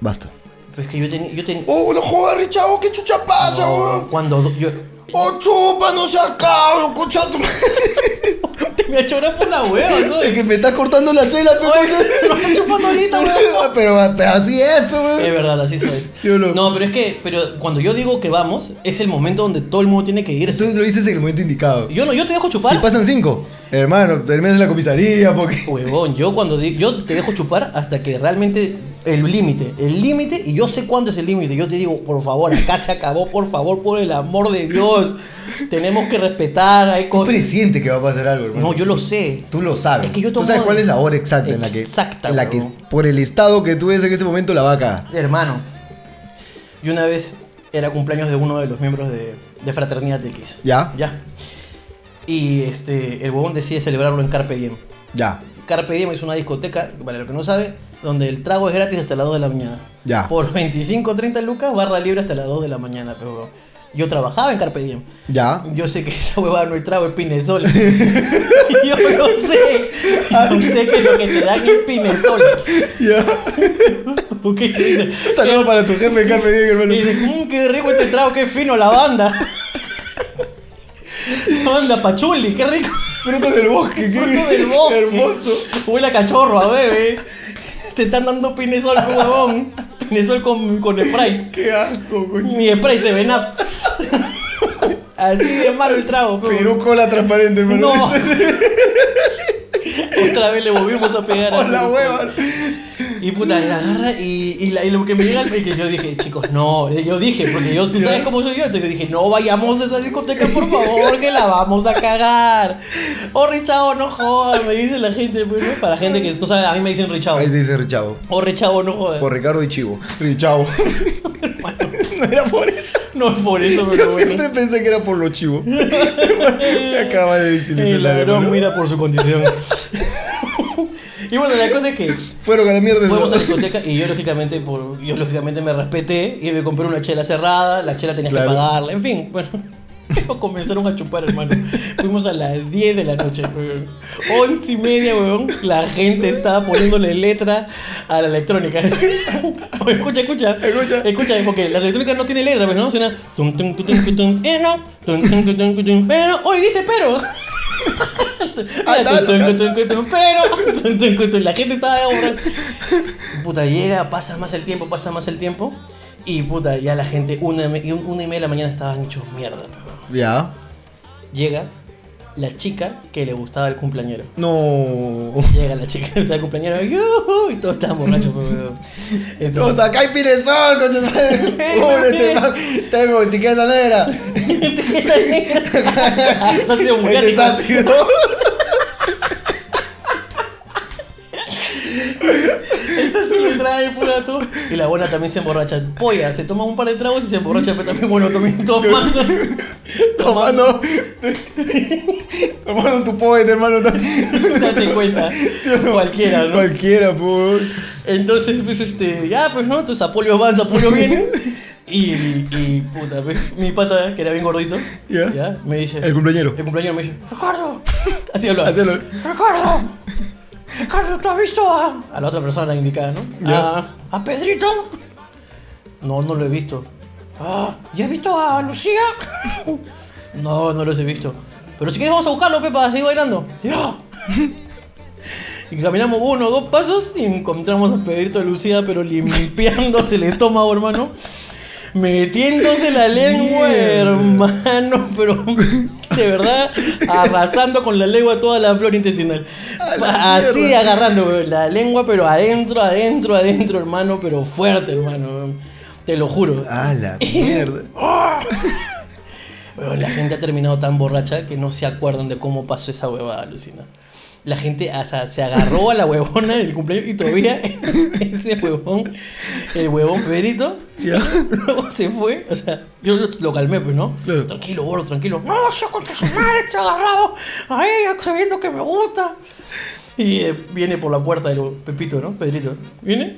Basta.
Pero es que yo tenía. Yo tenía.
¡Oh, no jodas, Richavo! ¡Qué chucha pasa,
No, cuando do- yo.
¡Oh, chupa, no seas cabrón, concha tu
Te me choras por la hueva,
Es
soy.
que me estás cortando la chela, pero...
Oye, lo estás chupando ahorita, weón.
pero, pero así es, pe, weón.
Es verdad, así soy.
¿Sí o no?
pero es que, pero cuando yo digo que vamos, es el momento donde todo el mundo tiene que irse.
Tú lo dices en el momento indicado.
Yo no, yo te dejo chupar.
Si pasan cinco, hermano, terminas en la comisaría porque...
Huevón, yo cuando di- yo te dejo chupar hasta que realmente el límite, el límite, y yo sé cuándo es el límite. Yo te digo, por favor, acá se acabó, por favor, por el amor de Dios. Tenemos que respetar, hay
Tú
cosas.
presientes que va a pasar algo, hermano.
No, yo lo sé.
Tú lo sabes.
Es que yo
Tú
tomo-
sabes cuál es la hora exacta en la que...
Exacta,
en la que
huevón.
por el estado que tú ves en ese momento la vaca.
Hermano, y una vez era cumpleaños de uno de los miembros de, de Fraternidad X.
¿Ya?
Ya. Y este, el huevón decide celebrarlo en Carpe Diem.
Ya.
Carpe Diem es una discoteca, para el que no sabe, donde el trago es gratis hasta las 2 de la mañana.
Ya.
Por 25, 30 lucas, barra libre hasta las 2 de la mañana, pero yo trabajaba en Carpe Diem.
Ya.
Yo sé que esa huevada no es trago, es pinesol. yo lo sé. Yo sé que lo que te dan es pinesol.
Ya.
Ok, te dicen,
Un saludo para tu jefe, Carpe Diem,
y
hermano.
dices, mmm, qué rico este trago, qué fino la banda. Banda pachuli, qué rico.
Frutos del bosque, qué
Fruto del bosque.
hermoso.
Huele a cachorro, a bebé. Te están dando pinesol, huevón. Pinesol con, con Sprite.
Qué asco, coño.
Ni Sprite se ven up. Así de malo el trago, huevón.
Perú cola transparente, hermano.
No. Otra vez le volvimos a pegar
Por
a
la hueva.
Y puta, la agarra y, y, la- y lo que me llega es que yo dije, chicos, no, yo dije, porque yo, tú sabes cómo soy yo, entonces yo dije, no vayamos a esa discoteca, por favor, que la vamos a cagar. Oh, Richavo, no jodas, me dice la gente, pues, ¿no? para gente que tú sabes, a mí me dicen Richavo.
Ahí te dice Richavo.
Oh, Richavo, no jodas.
Por Ricardo y Chivo. Richavo. no era por eso.
No es por eso, pero
Yo
bueno.
siempre pensé que era por los chivos. Me acaba de decir eso
El
la
ladrón
hermano.
mira por su condición. y bueno, la cosa es que
Fueron a la mierda.
Fuimos a
¿no?
la discoteca y yo lógicamente, por, yo lógicamente me respeté y me compré una chela cerrada, la chela tenías
Claro.
que pagarla, en fin, bueno. Pero comenzaron a chupar, hermano. Fuimos a las 10 de la noche, weón. 11 y media, weón. La gente estaba poniéndole letra a la electrónica. Oye, escucha, escucha.
Escucha.
Escucha, porque la electrónica no tiene letra, pero no suena. tum, tum, tum, tum, tum, eh, no. Tum, tum, tum, tum, tum, pero. Hoy dice pero.
Andalo,
Tum, tum, tum, tum, tum, pero. tum, tum, tum, tum. La gente estaba de borracha. Puta, llega, pasa más el tiempo, pasa más el tiempo. Y puta, ya la gente, una, y me- y un- una y media de la mañana estaban hechos mierda, pero.
Ya.
llega la chica que le gustaba el cumpleañero.
No.
Llega la chica que le gustaba el cumpleañero ¡yujú! y todos estaban borrachos. pues, weón. Entonces-
No, sacá el pirezón, coño. Pobre este man. Tengo etiqueta negra.
Eso ha sido muy
Este es
ático.
ácido.
Esta sí le trae pura tú. Y la buena también se emborracha. Polla, se toma un par de tragos y se emborracha, pero también bueno, también toma.
Tomando. Tomando tu poeta, hermano.
Date cuenta. Cualquiera, ¿no?
Cualquiera, por.
Entonces, pues, este, ya, pues, ¿no? Tus apolios van, apolios vienen. Y, y, puta, pues, mi pata, que era bien gordito,
Ya.
me dice...
El cumpleañero.
El cumpleañero me dice, ¡Recuerdo! Así hablaba.
Hacelo.
¡Recuerdo! ¡Recuerdo, tú has visto a... a la otra persona indicada, ¿no?
Ya.
A, a Pedrito. No, no lo he visto. Ah, ¿ya has visto a Lucía? no, no los he visto. Pero si quieres vamos a buscarlo, Pepa, seguir bailando. Ya. Y caminamos uno o dos pasos y encontramos a Pedrito de Lucía, pero limpiándose el estómago, hermano. Metiéndose la lengua, hermano, pero de verdad, arrasando con la lengua toda la flora intestinal.
A la
Así
mierda.
agarrando weón, la lengua, pero adentro, adentro, adentro, hermano, pero fuerte, hermano. weón. Te lo juro.
A la mierda.
Weón, la gente ha terminado tan borracha que no se acuerdan de cómo pasó esa huevada, Lucina. La gente hasta se agarró a la huevona del cumpleaños y todavía ese huevón, el huevón Pedrito,
Ya.
luego se fue. O sea, yo lo, lo calmé, pues, ¿no?
Claro.
Tranquilo, gordo, tranquilo. No, yo con tu madre te agarrado a ella sabiendo que me gusta. Y eh, viene por la puerta del Pepito, ¿no? Pedrito. Viene,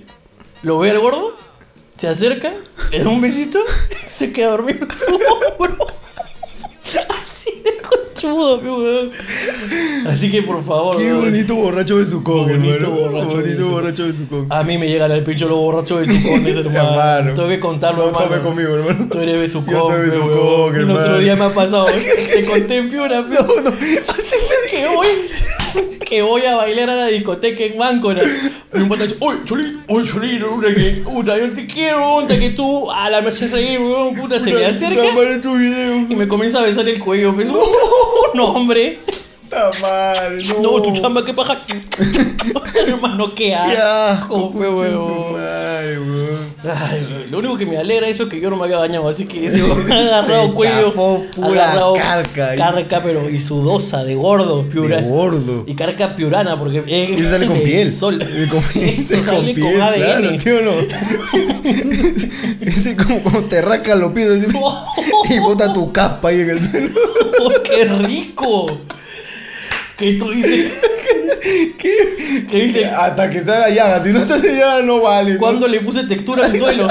lo ve al gordo, se acerca, le da un besito, se queda dormido en su hombro. Así de conchudo, mi weón. Así que por favor,
Qué
weón,
bonito borracho de su con,
Bonito
hermano.
borracho de
bonito
su-
borracho de su con.
A mí me llegan al pincho los borrachos de Sucón, hermano.
Hermano.
Tengo que contarlo,
No
hermano.
tome conmigo, hermano.
Tú eres besucón.
Yo soy
pe,
besucón,
huevón. El otro
hermano.
día me ha pasado. ¿eh? Te conté en Piura, pe. que voy... Que voy a bailar a la discoteca en Máncora. Y un pata dice, uy, chulito, uy, chulito, puta, que, puta, yo te quiero, puta, que tú, a la me haces reír, weón, puta, se me acerca
Está mal tu video.
y me comienza a besar el cuello, pe. No, hombre.
Está mal. No,
No, tu chamba, qué paja. hermano, qué
Ya.
asco, pe, huevón.
weón.
Ay, lo único que me alegra eso es que yo no me había bañado, así que ese huevón ha agarrado
Se
cuello.
chapó pura
agarrado
carca.
Carca, pero y sudosa, de gordo, piura.
De gordo.
Y carca piurana, porque es.
Y sale con
el
piel.
Sol.
Y con
Eso
y
sale con, ADN.
claro, ¿sí o no? Ese como cuando te rasca los pies así, y bota tu capa ahí en el suelo.
¡Oh, ¡Qué rico! Que tú dices. ¿Qué? Que dices,
Hasta que se haga llaga. Si no se hace llaga, no vale. ¿no?
¿cuándo le puse textura al suelo?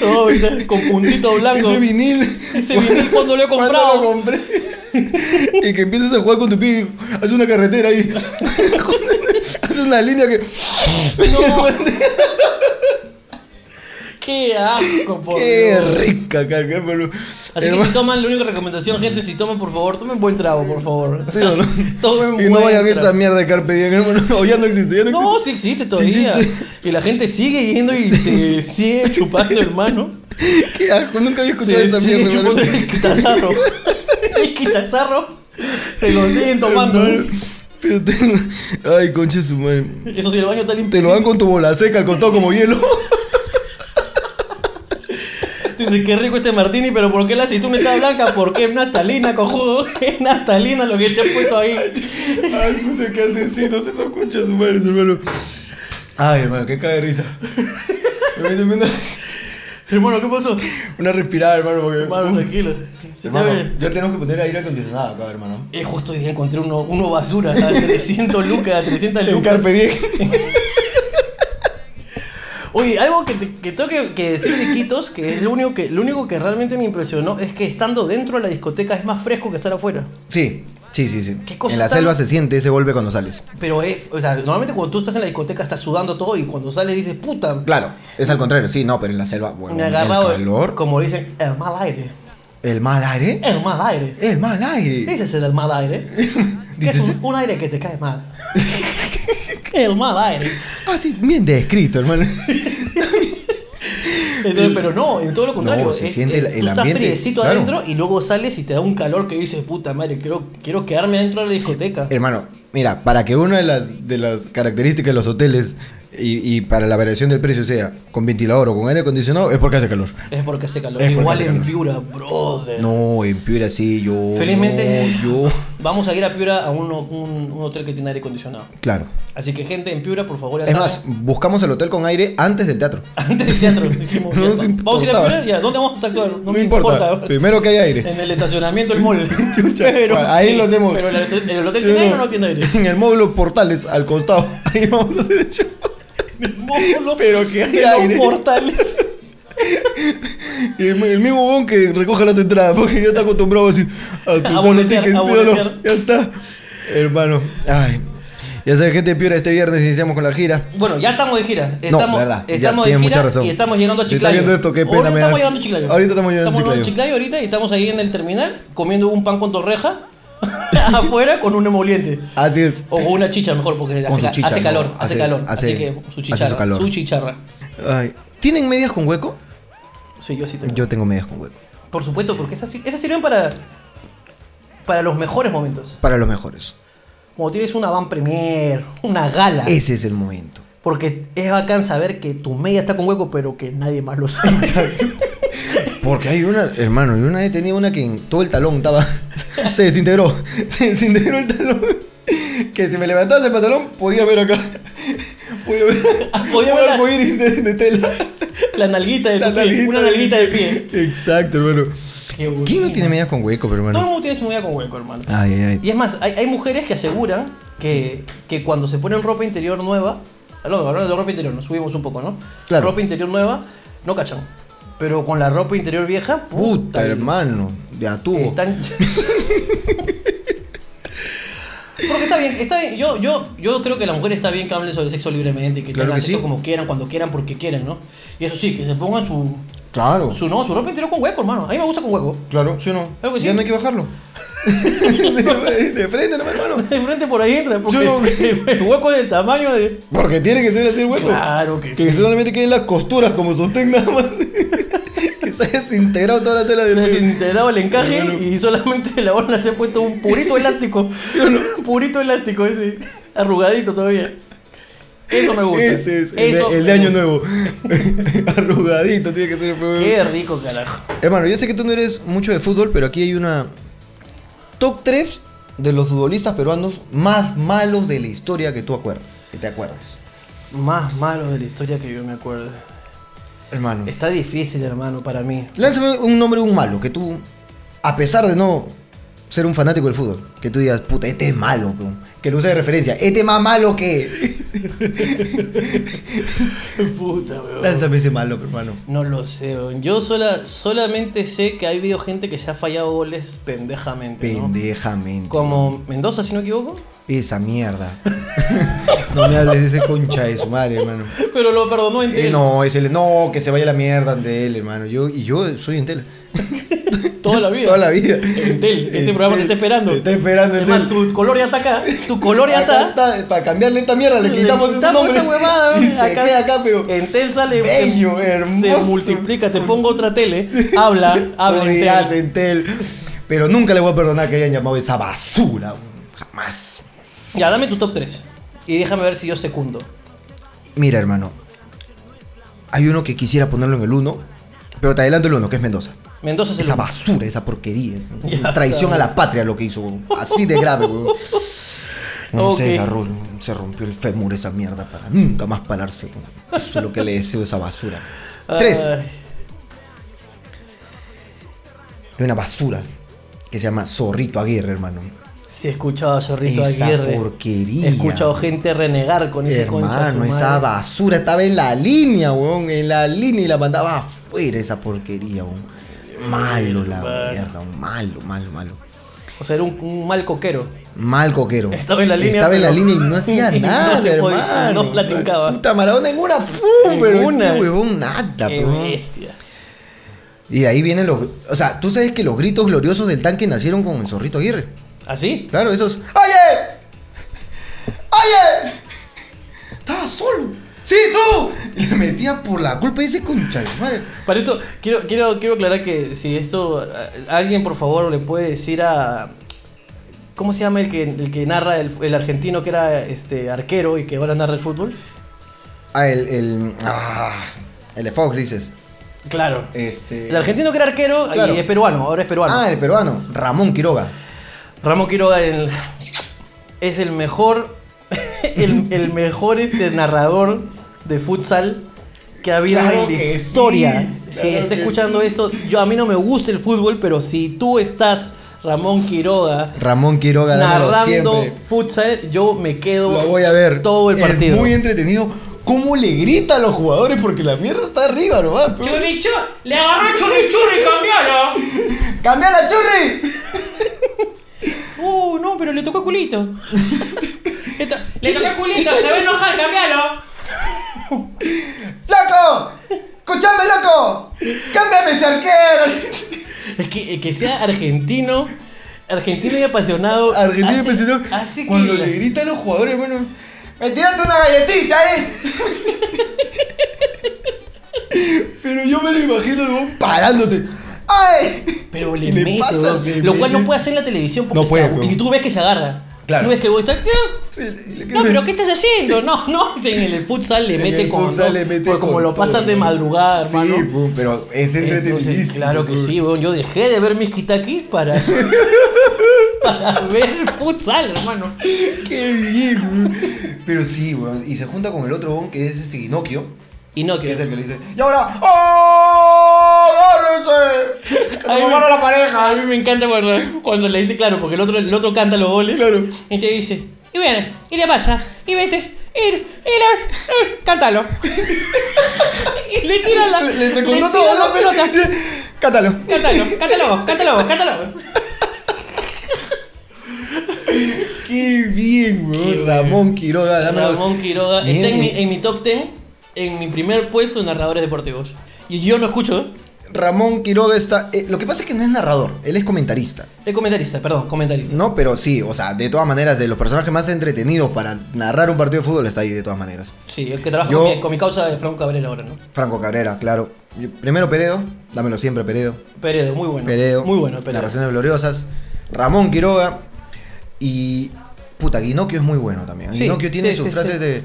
Todo ¿verdad? con puntito blanco.
Ese vinil.
Ese vinil, ¿cuándo lo he
¿cuándo
comprado?
lo compré? y que empiezas a jugar con tu pie. Haces una carretera ahí. Haces una línea que.
¡Qué asco, por
Qué
Dios!
rica, caca, pero.
Así que si toman, la única recomendación, gente, si toman, por favor, tomen buen trago, por favor.
Sí, ¿o no?
tomen
Y no
buen
vayan a esa
trago.
mierda de Carpe Diem, hermano. O ya no existe, ya no
No,
existe.
sí existe todavía.
existe.
Y la gente sigue yendo y se sigue chupando, hermano.
Qué asco, nunca había escuchado
Se
esa
sigue
mierda.
chupando
hermano.
el quitazarro. El quitazarro se lo siguen tomando.
Hermano, pero te- Ay, conche su madre.
¿eh? Eso sí, el baño está
Te
limpio.
lo dan con tu bola seca, al costado como hielo.
Tú dices, qué rico este martini, pero ¿por qué la aceituna está blanca? ¿Por qué es naftalina, cojudo? Es naftalina lo que te han puesto ahí.
Ay, puta, qué asesinos esos conches su madre, hermano. Ay, hermano, qué cae de risa. Me meto una,
Hermano, ¿qué pasó?
una respirada, hermano, porque.
Hermano, tranquilo. Se te
Hermano,
ve.
ya tenemos que poner aire acondicionado acá, hermano.
Eh, justo hoy día encontré uno, uno basura, a 300 lucas, a 300
En
lucas.
Carpe Diem.
Oye, algo que, te- que tengo que, que decir de Quitos, que es lo único que, lo único que realmente me impresionó, es que estando dentro de la discoteca es más fresco que estar afuera.
Sí, sí, sí, sí.
¿Qué cosa
en la
tan-
selva se siente ese golpe cuando sales.
Pero es, o sea, normalmente cuando tú estás en la discoteca estás sudando todo y cuando sales dices, puta,
Claro, es al contrario, sí, no, pero en la selva, bueno,
me ha agarrado,
el calor,
como dicen, el mal aire,
el mal aire,
el mal aire.
el mal aire.
Dices el mal aire. que es
Dícese.
un, un aire que te cae mal. el mal aire.
Ah, Así, bien descrito, hermano.
Entonces, pero no, en todo lo contrario.
No, se
es-
siente
es-
el- el
tú estás
ambiente,
friecito
claro.
adentro y luego sales y te da un calor que dices, puta madre, quiero, quiero quedarme adentro de la discoteca.
Hermano, mira, para que una de las, de las características de los hoteles y, y para la variación del precio sea con ventilador o con aire acondicionado es porque hace calor.
Es porque hace calor.
Es porque
Igual
hace
en
calor.
Piura, brother.
No, en Piura sí, yo.
Felizmente,
no, yo.
vamos a ir a Piura a un, un- un hotel que tiene aire acondicionado.
Claro.
Así que, gente, en Piura, por favor, ya
Es
saben.
más, buscamos el hotel con aire antes del teatro.
Antes del teatro, dijimos,
No
ya
nos
está. vamos a ir a
importaba.
Piura, ya, ¿dónde vamos a actuar?
No, importa. Primero que hay aire.
En el estacionamiento del mall.
Chucha, ahí lo hacemos.
Pero el, hotel- el hotel tiene aire o no tiene aire.
En el módulo portales al costado. Ahí vamos a hacer el show.
Módulo
Pero que
de
hay
los
aire.
portales.
Y El, el mismo bon que recoja las entradas, porque ya está acostumbrado así a apuntar los
boletear,
tickets.
a
sí o no,
boletear.
ya está. Hermano, ay. Ya sabes, gente de Piura, este viernes iniciamos con la gira.
Bueno, ya estamos de gira.
No,
Estamos,
verdad, ya
estamos de
tienes
gira
mucha razón.
y estamos llegando a
Si
Chiclayo.
estás viendo esto, qué pena
Ahorita
me
estamos
da.
llegando a Chiclayo.
Ahorita estamos llegando a
a
Chiclayo.
Chiclayo ahorita y estamos ahí en el terminal comiendo un pan con torreja afuera con un emoliente.
Así es.
O con una chicha mejor, porque
Con
hace,
su
ca-
chicha,
hace
¿no?
calor, hace,
Hace-
calor. así
hace-
que su
hace su
chicharra.
calor.
su chicharra.
Ay. ¿Tienen medias con hueco?
Sí, yo sí tengo.
Yo tengo medias con hueco.
Por supuesto, porque esas, sir- esas sirven para, para los mejores momentos.
Para los mejores.
Como tienes una van premier, una gala.
Ese es el momento.
Porque es bacán saber que tu media está con hueco, pero que nadie más lo sabe.
Porque hay una, hermano, yo una vez tenía una que en todo el talón estaba. Se desintegró. Se desintegró el talón. Que si me levantabas el pantalón, podía ver acá. Podía ver.
Ah, Podía
un
ver la-
arcoíris de, de tela.
La nalguita de tu
La
pie,
nalguita
una
de-
nalguita de pie.
Exacto, hermano.
Qué
¿Quién no
buena.
tiene Ah, medias con hueco, pero
Todo el
hermano?
mundo tiene su media con hueco, hermano.
Ay, ay,
Y
ay.
es más, hay, hay mujeres que aseguran que, que cuando se ponen ropa interior nueva, hablando, hablando de ropa interior, nos subimos un poco, ¿no?
Claro.
Ropa interior nueva, no cachan. Pero con la ropa interior vieja, puta,
Puta, hermano. Ya tuvo.
Están- Porque está bien, está bien. Yo, yo, yo creo que la mujer está bien que hablen sobre sexo libremente y que
Claro
tengan
que
sexo
sí.
como quieran, cuando quieran, porque quieran, ¿no? Y eso sí, que se pongan su.
Claro.
Su no, su ropa interior con hueco, hermano. A mí me gusta con hueco.
Claro, ¿sí o no?
Claro que sí.
Ya no hay que bajarlo. de, de frente, no, hermano.
De frente por ahí entra, porque
Yo no-
el, hueco es del tamaño de.
Porque tiene que ser así el hueco.
Claro que
Que
sí.
solamente queden las costuras como sostén nada más. que se haya desintegrado toda la tela
Se
de
desintegraba el encaje
Hermano.
y solamente la bola se ha puesto un purito elástico. Un purito elástico ese, arrugadito todavía. Eso me gusta.
Ese es el de-
Eso
el, de,
me
Año
gusta.
Nuevo. Arrugadito tiene que ser el primer-
Qué rico, carajo.
Hermano, yo sé que tú no eres mucho de fútbol, pero aquí hay una. Top 3 de los futbolistas peruanos más malos de la historia que tú acuerdas. Que te acuerdas.
Más malo de la historia que yo me acuerdo.
Hermano.
Está difícil, hermano, para mí.
Lánzame un nombre de un malo que tú, a pesar de no ser un fanático del fútbol, que tú digas, puta, este es malo, bro", que lo uses de referencia, este es más malo que.
Puta, weón.
Lánzame ese malo, hermano.
No lo sé, weón. Yo sola, solamente sé que ha habido gente que se ha fallado goles pendejamente, ¿no?
Pendejamente.
Como Mendoza, si no me equivoco.
Esa mierda. no me hables de ese concha de su madre, hermano.
Pero lo perdonó en
Eh, no, ese le- no, que se vaya la mierda ante él, hermano. Yo, y yo soy Entel.
toda la vida.
Toda la vida.
Entel, este
Entel,
programa te está esperando.
Te está esperando,
Es más,
Entel.
tu color ya está acá. Tu color ya
Acá
está.
está, Para cambiarle esta mierda, le quitamos, ese nombre.
esa huevada, Eh,
Y
weón.
se queda acá, pero.
Entel sale.
Bello,
se- Se
hermoso.
multiplica, te pongo otra tele. Habla, ah, habla.
Tú
Entel.
dirás, Entel. Pero nunca le voy a perdonar que hayan llamado esa basura. weón. Jamás.
Ya, dame tu top 3. Y déjame ver si yo secundo.
Mira, hermano. Hay uno que quisiera ponerlo en el 1, pero te adelanto el 1, que es Mendoza.
Mendoza es el
Esa
uno.
basura, esa porquería.
Ya
Traición
está,
a la patria lo que hizo, weón. Así de grave, weón. Uno
Ok.
se desgarró, weón, se rompió el fémur esa mierda para nunca más pararse. weón. Eso es lo que le deseo a esa basura. Tres.
Ay,
Hay una basura que se llama Zorrito Aguirre, hermano.
sí, he escuchado a Zorrito
Esa
Aguirre.
porquería.
He escuchado gente renegar con ese concha. de su
Hermano,
madre.
esa basura estaba en la línea, weón. En la línea y la mandaba afuera esa porquería, weón. Malo la
Hermano.
mierda, weón. malo, malo, malo.
O sea, era un, un mal coquero.
Mal coquero.
Estaba en la línea,
Estaba en la
pero-
línea y no hacía
y no
nada,
se podía,
hermano.
no la tincaba.
Puta Maradona en una fu,
En
pero
una.
este huevón nada,
Qué
weón.
bestia.
Y de ahí vienen los, o sea, tú sabes que los gritos gloriosos del tanque nacieron con el Zorrito Aguirre.
¿Así?
Claro, esos. ¡Oye! ¡Oye! Estaba solo. ¡Sí, tú! y le metía por la culpa de ese concha de madre.
Para esto, quiero, quiero, quiero aclarar que si esto. a- Alguien, por favor, le puede decir a. ¿Cómo se llama el que, el que narra el, el argentino que era este arquero y que ahora narra el fútbol?
Ah, el. El, ah, el de Fox, dices.
Claro.
Este.
El argentino que era arquero
Claro.
y es peruano, ahora es peruano.
Ah, el peruano. Ramón Quiroga.
Ramón Quiroga el- es el mejor, el, el mejor este narrador de futsal que ha habido
Claro
en la
que sí,
historia. si
claro
está
que
escuchando
sí.
esto, yo a mí no me gusta el fútbol, pero si tú estás Ramón Quiroga
Ramón Quiroga, dámelo
narrando
siempre.
futsal, yo me quedo
Lo voy a ver.
todo el
Es
partido.
muy entretenido. ¿Cómo le grita a los jugadores? Porque la mierda está arriba nomás. pe.
le agarró churri churri, cambialo.
¡Cambia la churri!
Uh, no, pero le tocó culito. le tocó culito, se va a enojar, cambialo.
¡Loco! ¡Escuchame, loco! ¡Cámbiame ese arquero!
Es que, eh, que sea argentino, argentino y apasionado.
Argentina
hace-
impresionó
hace que
cuando
la-
le grita a los jugadores, hermano. ¡Me tiraste una galletita, eh! Pero yo me lo imagino el huevón parándose. ¡Ay!
Pero le,
le
mete,
pasa,
weón.
le
Lo cual
mete.
no puede hacer en la televisión porque
No puede,
se-
weón.
y tú ves que se agarra.
Claro.
Tú ves que el güey está.
Sí, le-
No, pero ¿qué estás haciendo? No, no, en el futsal le
En
mete
el
con.
futsal
no,
le mete
porque como
con
lo pasan
todo,
de
weón.
madrugada, hermano.
Sí, pum, pero es pues.
Entonces,
entretenido.
claro que sí, weón. Yo dejé de ver mis kitakis para. para ver el futsal, hermano.
Qué bien, weón. Pero sí, weón. Y se junta con el otro bon que es este Ginocchio.
Y no,
Que
que.
es el que le dice. ¡Y ahora! ¡Oh! ¡Agárrense! ¡Que
A
se
mí me-
formaron la pareja!
A mí me encanta cuando, cuando le dice, claro, porque el otro, el otro canta los goles.
Claro.
Y te dice, y viene, y le pasa, y vete, y, y le. eh, cántalo. y le tira la.
Le secundó
le tira
todo,
la pelota.
Cátalo.
Cántalo, cántalo vos, cántalo vos, cántalo vos.
Qué bien,
Qué
weón.
bien.
Ramón Quiroga, dámelo.
Ramón Quiroga está en mi, en mi top 10, en mi primer puesto en narradores deportivos. Y yo no escucho, ¿eh?
Ramón Quiroga está. eh, lo que pasa es que no es narrador, él es comentarista.
Es comentarista, perdón, comentarista.
No, pero sí, o sea, de todas maneras, de los personajes más entretenidos para narrar un partido de fútbol está ahí, de todas maneras.
Sí, el que trabaja
Yo-
con, mi, con mi causa de Franco Cabrera ahora, ¿no?
Franco Cabrera, claro. Y Primero Peredo, dámelo siempre, Peredo.
Peredo, muy bueno.
Peredo.
Muy bueno, Peredo.
Narraciones gloriosas. Ramón Quiroga. Y. Puta, Guinocchio es muy bueno también.
Sí,
Guinocchio tiene
sí,
sus
sí,
frases
sí.
de.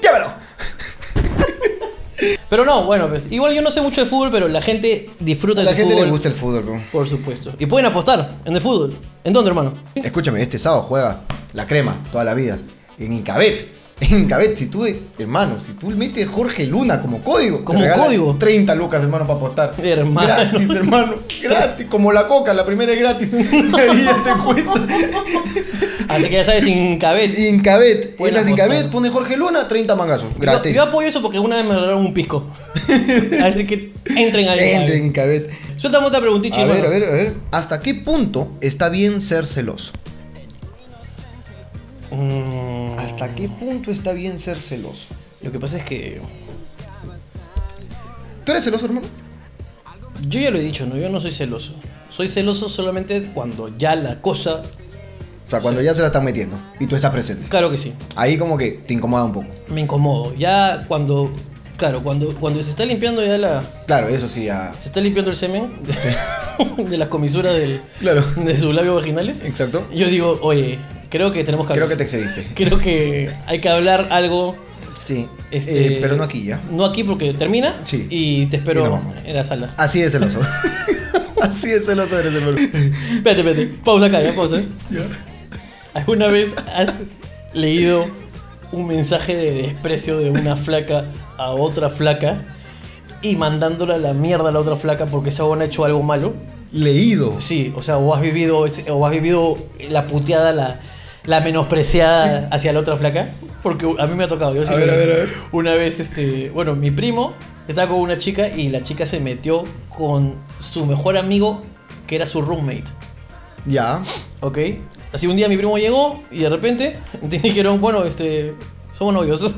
¡Llévalo!
Pero no, bueno, pues, igual yo no sé mucho de fútbol, pero la gente disfruta
A la
del
gente
fútbol.
le gusta el fútbol, bro.
Por supuesto. Y pueden apostar en el fútbol. ¿En dónde, hermano?
Escúchame, este sábado juega la crema toda la vida. En Incabet. En Incabet, si tú, de- hermano, si tú metes Jorge Luna como código. te
Como
regalan
código.
30 lucas, hermano, para apostar.
Hermano.
Gratis, hermano. Gratis. Como la coca, la primera es gratis. Y ahí ya te cuesta.
Así que ya sabes, sin cabet.
Incabet.
Pueden
Entras en
apostar.
Incabet, pone Jorge Luna, 30 mangazos.
Yo,
Gratis.
yo apoyo eso porque una vez me regalaron un pisco. Así que entren ahí.
Entren en Incabet.
Suéltame otra preguntita,
A ver,
hermano.
a ver, a ver. ¿Hasta qué punto está bien ser celoso?
Mm,
¿Hasta qué punto está bien ser celoso?
lo que pasa es que.
¿Tú eres celoso, hermano?
Yo ya lo he dicho, ¿no? Yo no soy celoso. Soy celoso solamente cuando ya la cosa.
O sea, cuando ya se la están metiendo y tú estás presente.
Claro que sí.
Ahí como que te incomoda un poco.
Me incomodo. Ya cuando. Claro, cuando, cuando se está limpiando ya la.
Claro, eso sí, ya.
Se está limpiando el semen de, de las comisuras del,
Claro.
de sus labios vaginales.
Exacto.
Yo digo, oye, creo que tenemos que
Creo
hablar.
que te excediste.
Creo que hay que hablar algo.
Sí.
este,
Eh, pero no aquí ya.
No aquí porque termina.
Sí.
Y te
Y nos
espero
vamos.
en la sala.
Así de celoso. Así de celoso eres, hermano.
Espérate, espérate. Pausa acá, ya, pausa. ¿Alguna vez has leído un mensaje de desprecio de una flaca a otra flaca y mandándola a la mierda a la otra flaca porque esa huevona ha hecho algo malo?
Leído.
Sí, o sea, o has vivido, ese- o has vivido la puteada, la, la menospreciada hacia la otra flaca. Porque a mí me ha tocado. Yo sí
A ver,
que
a ver, a ver.
Una vez, este, bueno, mi primo estaba con una chica y la chica se metió con su mejor amigo, que era su roommate.
Ya.
¿Ok? Así un día mi primo llegó y de repente te dijeron, bueno, este, somos novios.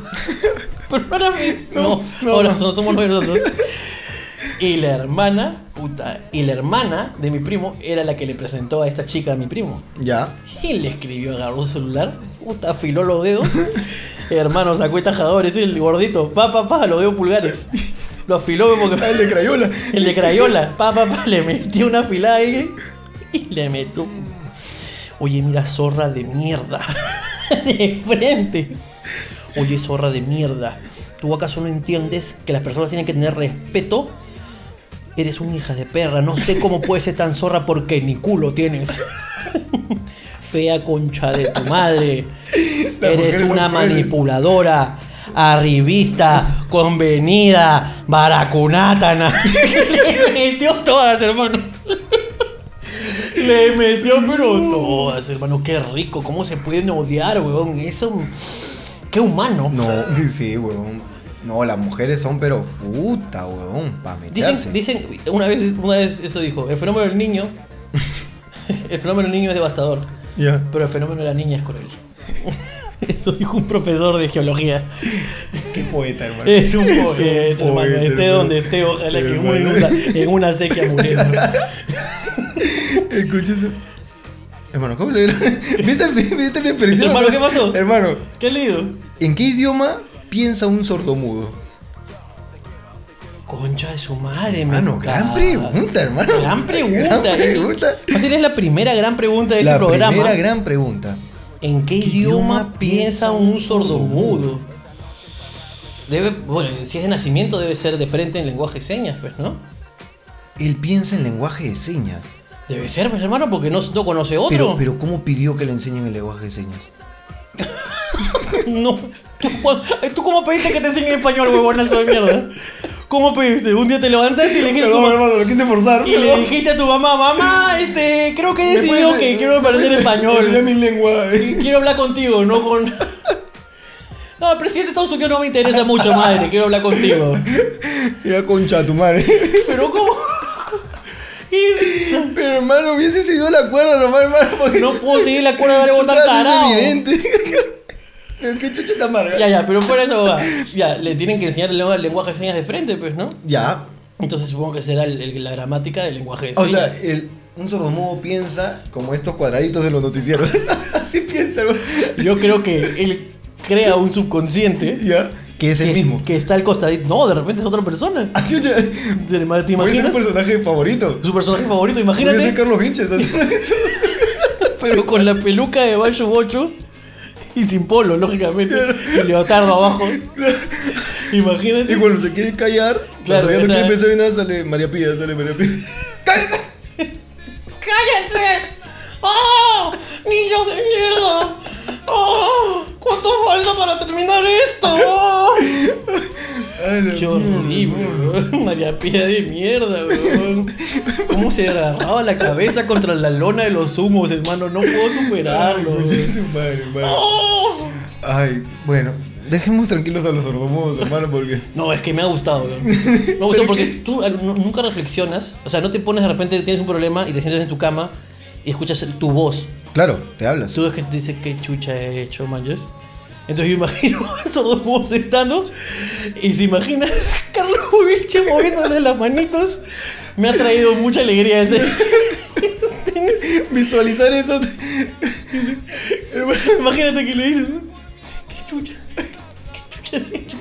Pero ahora mí, no,
No, no,
ahora
no.
so- somos novios nosotros. Y la hermana Puta. Y la hermana de mi primo era la que le presentó a esta chica a mi primo.
Ya.
Y le escribió, agarró su celular, puta, afiló los dedos. Hermano, sacó y tajadores, el gordito, pa, pa, pa, los dedos pulgares. Lo afiló porque...
Ah, El de Crayola.
El de Crayola, pa, pa, pa, le metió una afilada ahí y le metió... Oye, mira, zorra de mierda. De frente. Oye, zorra de mierda. ¿Tú acaso no entiendes que las personas tienen que tener respeto? Eres un hija de perra. No sé cómo puedes ser tan zorra porque ni culo tienes. Fea concha de tu madre.
Las
Eres
mujeres
una
son crueles.
manipuladora. Arribista, convenida, baracunátana. Le metió todas, hermano. Le metió pero todas, hermano. Qué rico. ¿Cómo se pueden odiar, weón? Eso. Qué humano.
No, sí, weón. No, las mujeres son, pero puta, weón, pa' meterse.
Dicen, dicen, una vez, una vez eso dijo, el fenómeno del niño. El fenómeno del niño es devastador.
Ya.
Pero el fenómeno de la niña es cruel. Eso dijo un profesor de geología.
Qué poeta, hermano.
Es un poeta,
Es un
hermano.
poeta,
Esté
hermano. Este
donde esté, ojalá que en
Hermano.
una, en una sequía muriendo.
Escucha eso. Hermano, ¿cómo le ¿Viste, viste mi expresión?
Hermano, ¿qué pasó?
Hermano,
¿Qué has leído?
¿en qué idioma piensa un sordomudo?
Concha de su madre,
Hermano,
me
Ah, gran
cago.
pregunta, hermano.
Gran pregunta.
Gran pregunta.
eh. Fácil es la primera gran pregunta de
La
este programa.
primera gran pregunta.
¿En qué idioma piensa un sordomudo? Debe, bueno, si es de nacimiento debe ser de frente en lenguaje de señas, pues, ¿no?
Él piensa en lenguaje de señas.
Debe ser, pues, hermano, porque no, no conoce otro.
Pero, pero ¿cómo pidió que le enseñen el lenguaje de señas?
No. ¿Tú, Juan, ¿Tú cómo pediste que te enseñen español, huevonazo de mierda? ¿Cómo pediste? Un día te levantaste y le dijiste, a tu mamá-
hermano, lo quise forzar.
y le dijiste a tu mamá, mamá, este, creo que he decidido que quiero aprender español.
mi lengua.
Y quiero hablar contigo, no con... No, el presidente de Estados Unidos no me interesa mucho, madre, quiero hablar contigo.
Ya concha tu madre.
Pero ¿cómo? Y
Pero hermano, hubiese seguido la cuerda nomás, hermano. Porque
no puedo seguir la cuerda de algo tan
chucha,
tarado.
Es evidente. Pero qué chucha tan amarga.
Ya, ya, pero fuera de esa boba. Ya, le tienen que enseñar el lengu- el lenguaje de señas de frente, pues, ¿no?
Ya.
Entonces supongo que será el- el- la gramática del lenguaje de
O sea,
señas.
el, un sordomudo piensa como estos cuadraditos de los noticieros. Así piensa, hermano.
Yo creo que él crea un subconsciente
Ya. Que es el
que,
mismo.
que está al costadito. No, de repente es otra persona.
Ah, chucha.
¿Te ima- te
Puede ser un
imaginas?
personaje favorito.
Su personaje favorito,
Puede ser
imagínate,
Carlos Vinches. así.
pero con la peluca de Bayo Bocho y sin polo, lógicamente, y leotardo abajo. Imagínate.
Y cuando se quiere callar,
Claro,
cuando ya no
o sea-
quiere pensar en nada, sale María Pía, sale María Pía. ¡Cállate!
¡Cállense! ¡Oh! ¡Niños de mierda! ¡Oh! ¿Cuánto falta para terminar esto? ¡Oh!
Ay, la
¡Qué
mierda.
horrible, weón! María Pía de mierda, weón. ¿Cómo se agarraba la cabeza contra la lona de los humos, hermano? No puedo superarlo.
Oye,
weón.
su madre, madre.
¡Oh!
Ay, bueno, dejemos tranquilos a los sordomudos, hermano, porque.
No, es que me ha gustado, weón. Me ha gustado porque tú al- nu- nunca reflexionas. O sea, no te pones de repente, tienes un problema y te sientas en tu cama y escuchas tu voz.
Claro, te hablas.
Tú ves que te dice qué chucha he hecho, manches. Entonces yo imagino a esos dos bobos sentados y se imagina a Carlos Ubiche moviéndole las manitos. Me ha traído mucha alegría ese.
Visualizar eso.
Imagínate que le dices, ¿no? ¿qué chucha? ¿Qué chucha has hecho?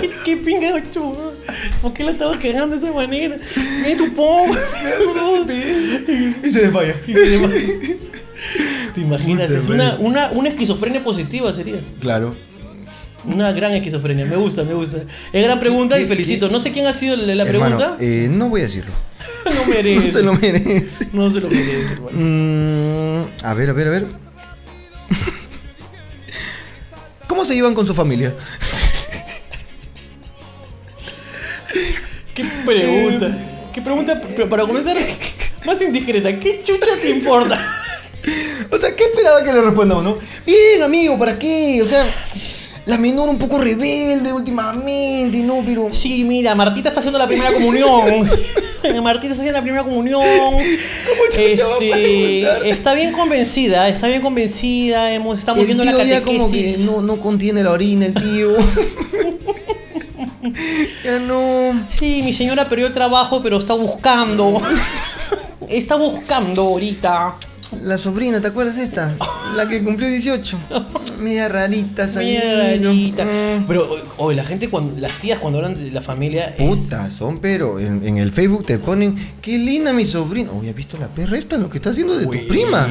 ¿Qué, qué pinga has hecho? weón? ¿Por qué la estabas cagando de esa manera? Me supongo.
y se desmaya.
Y se le va. ¿Te imaginas?
Puta
Es una,
madre.
una, una esquizofrenia positiva sería.
Claro.
Una gran esquizofrenia, me gusta, me gusta. Es gran pregunta y
qué-
felicito. No sé quién ha sido la la pregunta.
Hermano, eh, no voy a decirlo.
no
No
merece.
se lo merece.
No se lo merece, hermano.
Mm, a ver, a ver, a ver. ¿Cómo se llevan con su familia?
Qué pregunta.
Eh,
Qué pregunta, pero para comenzar, más indiscreta. ¿Qué chucha te importa?
O sea, ¿qué esperaba que le responda uno? Bien, amigo, ¿para qué? O sea, la menor un poco rebelde últimamente, ¿no? Pero.
Sí, mira, Martita está haciendo la primera comunión. Martita está haciendo la primera comunión. Este,
chucha va a preguntar?
está bien convencida, está bien convencida. Hemos, estamos
el
viendo
tío
la
ya como que
catequesis.
no, no contiene la orina, el tío. Ya no.
Sí, mi señora perdió el trabajo, pero está buscando. está buscando ahorita.
La sobrina, ¿te acuerdas esta? La que cumplió 18. Media rarita, salida.
Mierda.
Mm.
Pero hoy la gente, cuando, las tías cuando hablan de la familia es-
Puta, son pero en, en el Facebook te ponen, qué linda mi sobrina. Uy, ¿has visto la perra esta? Lo que está haciendo de tu
Huevón.
prima.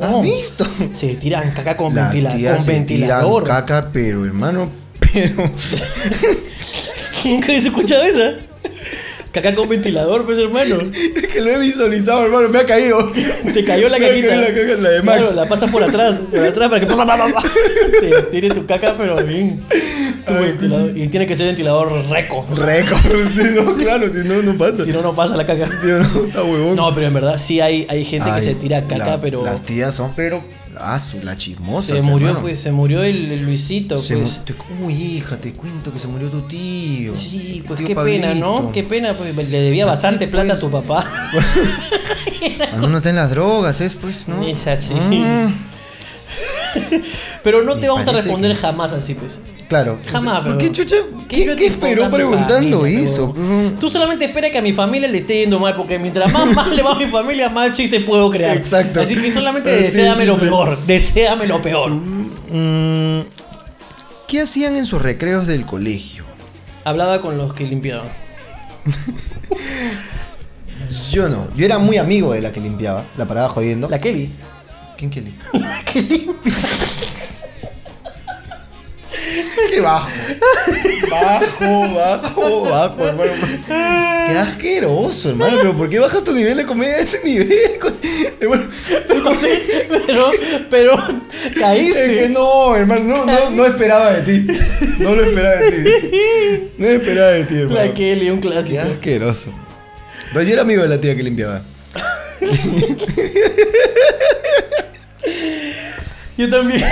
¿Has visto?
Se tiran caca con,
Las
ventila-
tías
con
se tiran
ventilador.
caca, pero hermano, pero...
¿Nunca has escuchado esa? Caca con ventilador, pues hermano.
que lo he visualizado, hermano, me ha caído.
Te cayó la
Me ha
caquita.
caído la caca, la de Max.
Claro, la pasas por atrás, por atrás para que te tire tu caca, pero bien. Tu ventilador. Y tiene que ser ventilador reco.
Reco, si no, claro, si no, no pasa.
Si no, no pasa la caca.
Si no, no, está huevón.
No, pero en verdad sí hay, hay gente que
Ay,
se tira caca,
la-
pero.
Las tías son, pero... Ah, su, la chismosa.
se murió, pues, se murió el, el Luisito, pues.
Uy, hija, te cuento que se murió tu tío.
Sí,
Tu
pues
tío
qué pena, ¿no?
Pablito.
Qué pena, pues le debía
Así,
bastante plata a tu
pues.
papá.
Cuando uno está en las drogas, es pues, ¿no?
Es así.
Mm.
Pero no te
Me
vamos a
parece
responder
que-
jamás así, pues.
Claro.
Jamás,
¿Por
pero-
qué chucha? ¿Qué,
yo
qué
te importa
esperó
mi
preguntando
familia,
eso?
pero-
Mm.
Tú solamente espera que a mi familia le esté yendo mal, porque mientras más mal le va a mi familia, más chiste puedo crear.
Exacto.
Así que solamente
Sí,
deséame
sí,
lo
sí.
peor, deséame lo peor.
Mm, ¿Qué hacían en sus recreos del colegio?
Hablaba con los que limpiaban.
Yo no. Yo era muy amigo de la que limpiaba. La paraba jodiendo.
La Kelly.
¿Quién que limpia?
que limpia.
¡Qué bajo! Bajo, bajo, bajo, hermano. Qué asqueroso, hermano. ¿Pero por qué bajas tu nivel de comedia a ese nivel? Hermano,
Pero, pero, caíste.
Es que no, hermano, no, no, no esperaba de ti. No lo esperaba de ti. No esperaba de ti, hermano.
La Kelly, un
Qué
clásico.
asqueroso. Pero yo era amigo de la tía que limpiaba.
Yo también.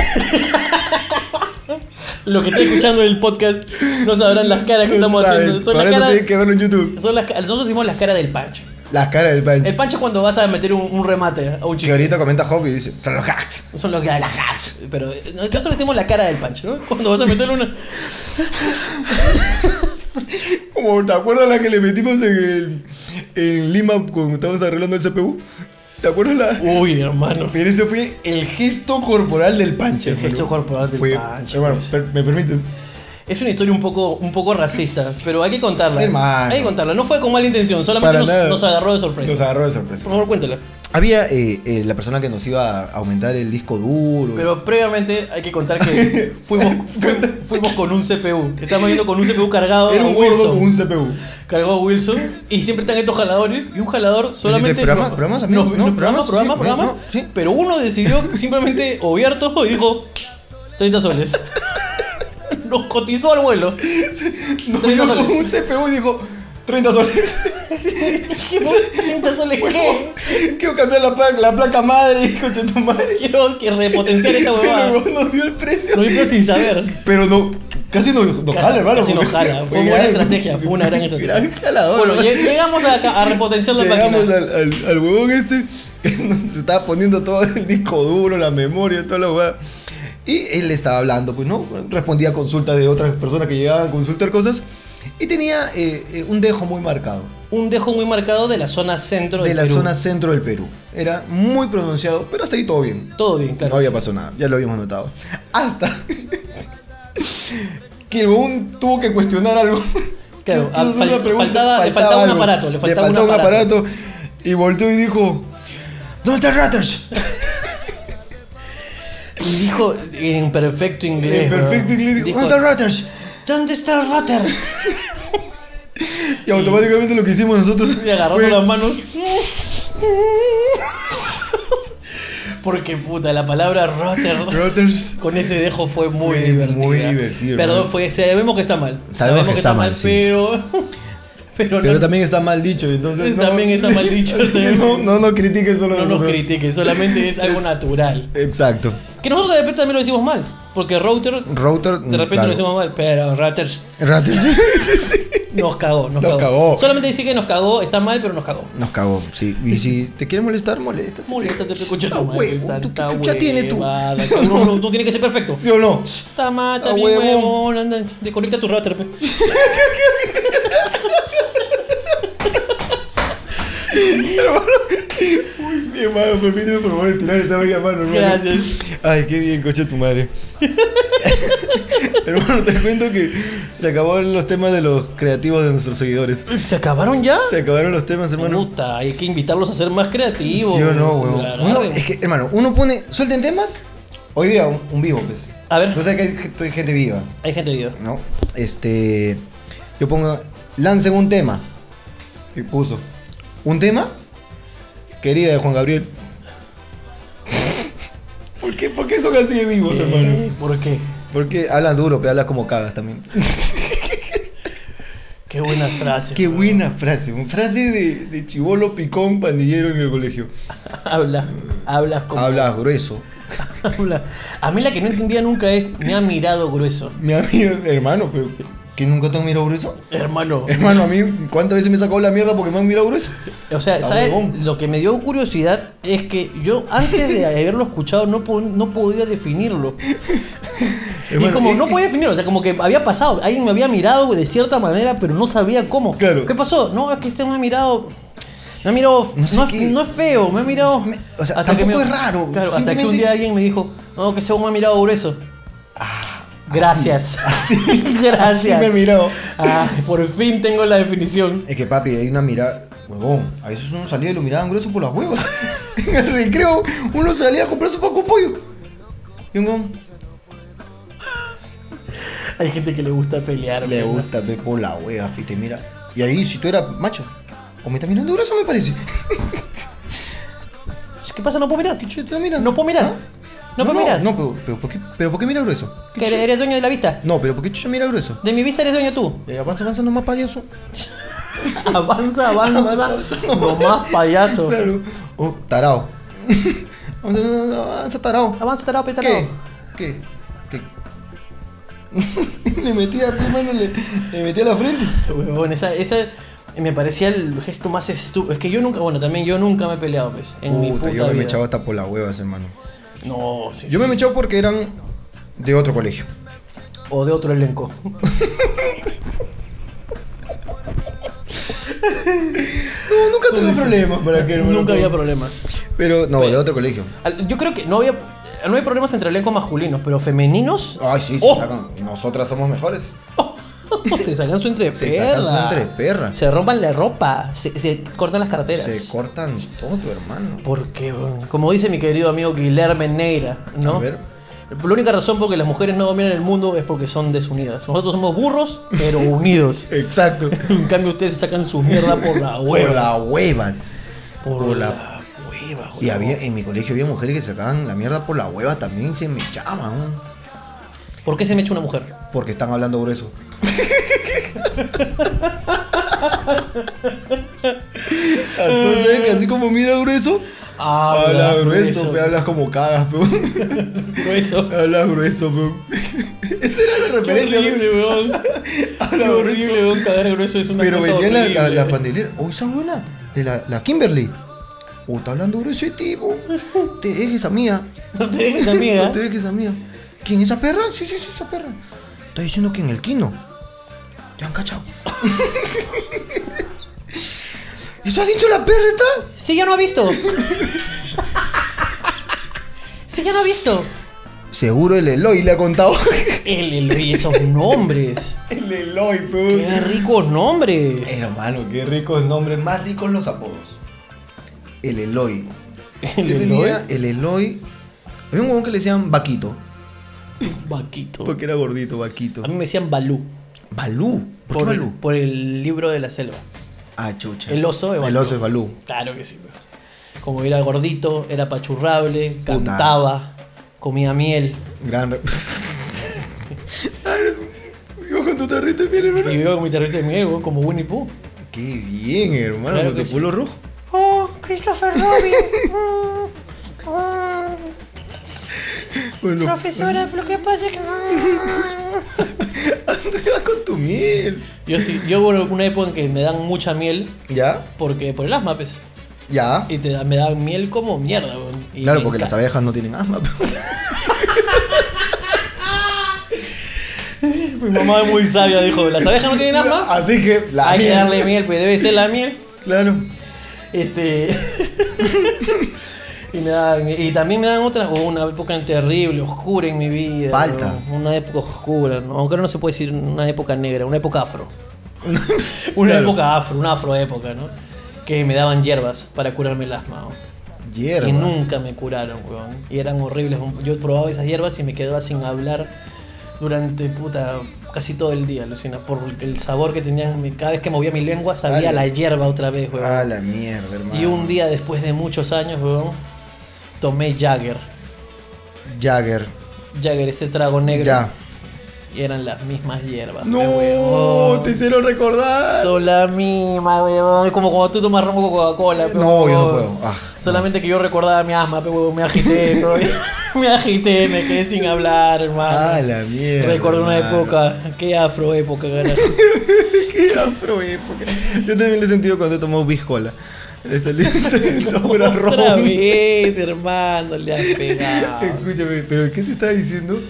Los que están escuchando el podcast no sabrán las caras que estamos
¿Sabes?
haciendo. Son las
Para eso
caras.
tienes que verlo en YouTube.
son las ca- nosotros dimos las caras del Pancho.
Las caras del Pancho.
El Pancho es cuando vas a meter un, un remate a un
Que
chico.
ahorita comenta Hop y dice, son los hacks.
Son los que las hats. Pero eh, nosotros le dimos la cara del Pancho, ¿no? Cuando vas a meterle una.
Como, ¿te acuerdas la que le metimos en, el- en Lima cuando estábamos arreglando el CPU? ¿Te acuerdas la...?
Uy, hermano.
Pero ese fue el gesto corporal del Pancho.
El
hermano.
gesto corporal del
Fue-
Pancho,
Hermano,
pues.
per- ¿me permites?
Es una historia un poco, un poco racista, pero hay que contarla.
Hermano.
Hay que contarla. No fue con mala intención, solamente
Para
nos,
nada.
nos agarró de sorpresa.
Nos agarró de sorpresa.
Por favor, cuéntala.
Había eh, eh, la persona que nos iba a aumentar el disco duro.
Pero previamente hay que contar que fuimos, fu- fuimos con un CPU. Estábamos yendo con un CPU cargado
era
a
un
ah, Wilson.
gordo con un CPU.
Cargó a Wilson y siempre están estos jaladores. Y un jalador solamente. no-
programa, programas, amigo?
no,
No,
no, programa,
programas,
programa,
sí,
programa.
no, sí.
Pero uno decidió simplemente obviar todo y dijo: 30 soles. Nos cotizó al vuelo.
Nos
30
vio con
soles.
un CPU y dijo, 30 soles.
Dijimos, ¿30 soles qué?
Quiero cambiar la placa, la placa madre, coche tu madre.
Quiero que repotenciar esta
Pero
huevada.
weón, nos dio el precio.
Lo hizo sin saber.
Pero no, casi nos, nos
Casi-
jala, hermano.
casi nos
porque-
jala. Fue buena estrategia, fue una gran estrategia.
Gran jalador.
Bueno,
hermano.
lleg- llegamos a, ca- a repotenciar la
Llegamos
máquina.
al, al, al huevón este, que nos estaba poniendo todo el disco duro, la memoria, toda la huevada. Y él le estaba hablando, pues, ¿no? Respondía a consultas de otras personas que llegaban a consultar cosas. Y tenía eh, eh, un dejo muy marcado
Un dejo muy marcado de la zona centro
de
del
la
Perú.
zona centro del Perú. Era muy pronunciado, pero hasta ahí todo bien.
Todo bien, claro.
No había pasado nada, ya lo habíamos notado. Hasta que el huevón tuvo que cuestionar algo.
Claro,
Quiso hacer
fal-
una pregunta,
faltaba- le faltaba un aparato, le faltaba un
un
aparato.
aparato. Y volteó y dijo: ¿Dónde está Ratters?
Y dijo en perfecto inglés.
En
bro.
perfecto inglés dijo: ¿Dónde está Ratters?
¿Dónde está el router?
Y automáticamente lo que hicimos nosotros.
Y agarrando
fue-
las manos. Porque puta, la palabra router
Routers.
con ese dejo fue muy
Fue
divertida.
muy divertido,
Perdón,
hermano.
fue, sabemos que está mal.
Sabemos que está mal, sí.
pero. Pero,
Pero
no,
también está mal dicho, entonces. no-
También está mal dicho,
no, no nos critiques solo
no nos
nosotros.
critiquen, solamente es algo natural.
Exactpen. Exacto.
Que nosotros de repente también lo decimos mal. Porque routers,
Router.
de repente
Mm, claro.
lo hicimos mal, pero routers
Routers.
nos cagó, nos,
Nos
cagó.
cagó.
Solamente decir que nos cagó, está mal, pero nos cagó.
Nos cagó, sí. Y si te quieres molestar, molesta.
Moléstate, pero concha tu madre,
huevo, tú
tanta
qué chucha tienes tú.
huevada, cabrón. No, no, no tiene que ser perfecto.
¿Sí o no?
Está mal,
Ah,
está bien,
huevón.
huevón. anda, Desconecta tu router, pe.
Mi hermano, permíteme por favor tirar esa vaina, hermano, hermano.
Gracias.
Ay, qué bien, coche tu madre. hermano, te cuento que se acabaron los temas de los creativos de nuestros seguidores.
¿Se acabaron ya?
Se acabaron los temas, hermano.
Puta, hay que invitarlos a ser más creativos.
Sí o no, huevón.
Claro.
Uno- es que, hermano, uno pone, suelten temas. Hoy día un, un vivo, pues.
A ver.
Entonces que hay gente- hay gente viva,
Hay gente viva.
¿no? Este, yo pongo, lancen un tema. Y puso, ¿un tema? Querida de Juan Gabriel. ¿Por qué, ¿Por qué son así de vivos,
Eh, ¿Por qué?
Porque hablas duro, pero hablas como cagas también.
Qué buena frase.
Qué buena frase, una frase de, de chivolo picón pandillero en el colegio.
Hablas, hablas como.
Hablas grueso.
habla. A mí la que no entendía nunca es me ha mirado grueso.
Mi amigo, hermano, pero ¿que nunca te han mirado grueso?
Hermano.
Hermano, a mí, ¿cuántas veces me sacó la mierda porque me han mirado grueso?
O sea,
Está
¿sabes?
huevón.
Lo que me dio curiosidad es que yo antes de haberlo escuchado no, po- no podía definirlo. Y
Hermano,
como
es
no
que-
podía definirlo, o sea, como que había pasado, alguien me había mirado de cierta manera, pero no sabía cómo.
Claro.
¿Qué pasó? No, es que este me ha mirado. Me ha mirado.
No sé
No, es-
qué-
no es feo, me ha mirado.
Me- o sea, tampoco es raro,
Claro, hasta que un
simplemente-
día alguien me dijo, no, que ese me ha mirado grueso. Gracias. Gracias.
Ah, así me ha mirado.
Ah, por fin tengo la definición.
Es que papi, hay una mirada. Huevón, a veces uno salía y lo miraban grueso por las huevas. en el recreo, uno salía a comprar su poco pollo. Y un huevón,
Hay gente que le gusta pelear.
Le
¿verdad?
gusta ver por la hueva y te mira. Y ahí, si tú eras macho, o me estás mirando grueso, me parece.
Pues, ¿Qué pasa? No puedo mirar.
¿Qué chucha te está mirando?
No puedo mirar.
¿Ah?
No puedo mirar.
No, pero, pero, ¿por qué, pero ¿por qué mira grueso? ¿Qué
Que
chucha?
eres, eres dueño de la vista.
No, pero ¿por qué chucha mira grueso?
De mi vista eres dueño tú.
Eh, avanza, avanza nomás, payaso.
Avanza, avanza. Nomás payaso.
Claro. Oh, tarao. avanza, avanza, avanza, tarao.
Avanza, tarao, pe, tarao.
¿Qué? ¿Qué? ¿Qué? le metía, pues, mano, le, le metía la frente.
Huevón, esa, esa me parecía el gesto más estúpido. Es que yo nunca, bueno, también yo nunca me he peleado, pues. En mi
Puta,
puta
yo me
vida.
he echado hasta por las huevas, hermano.
No, sí.
Yo me he echado porque eran de otro colegio.
O de otro elenco.
No, nunca tuve problemas para que hermano,
Nunca
pero-
había problemas.
Pero no, de otro colegio.
Al- Yo creo que no había. No hay problemas entre elencos masculinos, pero femeninos.
Ay, sí, se
¡Oh!
sacan. Nosotras somos mejores.
se sacan su
Se
entreperra.
sacan su entreperra.
Se rompan la ropa. Se, se cortan las carteras.
Se cortan todo, hermano.
Porque, bueno, como dice mi querido amigo Guillermo Neira, ¿no?
A ver.
La única razón por que las mujeres no dominan el mundo es porque son desunidas. Nosotros somos burros, pero unidos.
Exacto.
en cambio, ustedes sacan su mierda por la
Por
hueva.
la hueva.
Por
por
la,
la-
hueva, huevón.
Y había, en mi colegio había mujeres que sacaban la mierda por la hueva también, se me echaban.
¿Por qué se me echa una mujer?
Porque están hablando grueso. Entonces, que así como mira grueso,
Habla grueso.
pe, hablas como cagas, pe.
Grueso.
Hablas grueso, pe. Esa era la
Qué
referencia.
horrible, weón. Qué
Habla grueso.
horrible, weón. Cagar grueso es una
Pero
cosa
venían la, la, la
horrible.
pandillera. Oh, esa buena. De la, la Kimberly. Oh, está hablando grueso ese tipo. Te dejes a mía.
No te dejes, amiga.
No te dejes a mía. ¿Quién esa perra? Sí, sí, sí, esa perra. Está diciendo que en el Kino. Te han cachado. ¿Eso ha dicho la perra esta?
Sí, ya no ha visto. sí, ya no ha visto.
Seguro el Eloy le ha contado.
El Eloy, esos nombres.
el Eloy, pues. Eh,
Qué ricos nombres.
Hermano, qué ricos nombres. Más ricos los apodos. El Eloy.
El
Yo
Eloy.
tenía el Eloy. Había un huevón que le decían Vaquito.
Vaquito.
Porque era gordito, Vaquito.
Oh. A mí me decían Balú.
Balú. ¿Por, qué
Por, el,
Balú?
por el libro de la selva.
Ah, chucha.
El oso de Balú.
El oso es Balú.
Claro que sí. weón. Como era gordito, era pachurrable, cantaba, comía miel.
Gran. re- Ay, Vivo con tu tarrito de miel, hermano.
Y yo con mi territo de miel, weón, como Winnie Pooh.
Qué bien, hermano,
Claro
con
que
tu
sí.
polo rojo.
Oh, Christopher Robin. Mm, mm.
Bueno.
oh, Profesora, lo que pasa es que.
¿Dónde vas con tu miel?
Yo sí, yo hubo una época en que me dan mucha miel
¿Ya?
porque por el asma, pues.
¿Ya?
Y te da- me dan miel como mierda, weón. Y
Claro,
me
porque
enca-
las abejas no tienen asma.
Mi mamá es muy sabia, dijo, las abejas no tienen asma.
Así que la
Hay que
miel.
darle miel, pues debe ser la miel.
Claro.
Este. y, me daban- y también me dan otra, o una época terrible, oscura en mi vida.
Falta.
¿no? Una época oscura, ¿no? aunque ahora no se puede decir una época negra, una época afro. una
Claro.
época afro, una afro época, ¿no? Que me daban hierbas para curarme el asma. ¿no?
Hierbas.
Y nunca me curaron, weón. Y eran horribles. Yo probaba esas hierbas y me quedaba sin hablar durante puta casi todo el día, Lucina. Por el sabor que tenían. me- Cada vez que movía mi lengua sabía
Ala.
la hierba otra vez, weón.
A la mierda, hermano.
Y un día después de muchos años, weón, tomé Jagger.
Jagger.
Jagger, este trago negro. Ah,
Ya.
Y eran las mismas hierbas.
No,
weón.
te hicieron recordar.
Son la misma, weón. Es como cuando tú tomas romo con Coca-Cola. pe,
No, yo no
huevón.
puedo. Ah,
Solamente que yo recordaba mi asma, pero me agité, todo. me agité, me quedé sin hablar, hermano.
Ah, la mierda,
Recuerdo una
hermano.
época, qué afro época, carajo.
Qué afro época. Yo también le he sentido cuando he tomado biscola. Le salió el sabor a ron.
Otra vez, hermano, le has pegado.
Escúchame, pero ¿qué te estaba diciendo?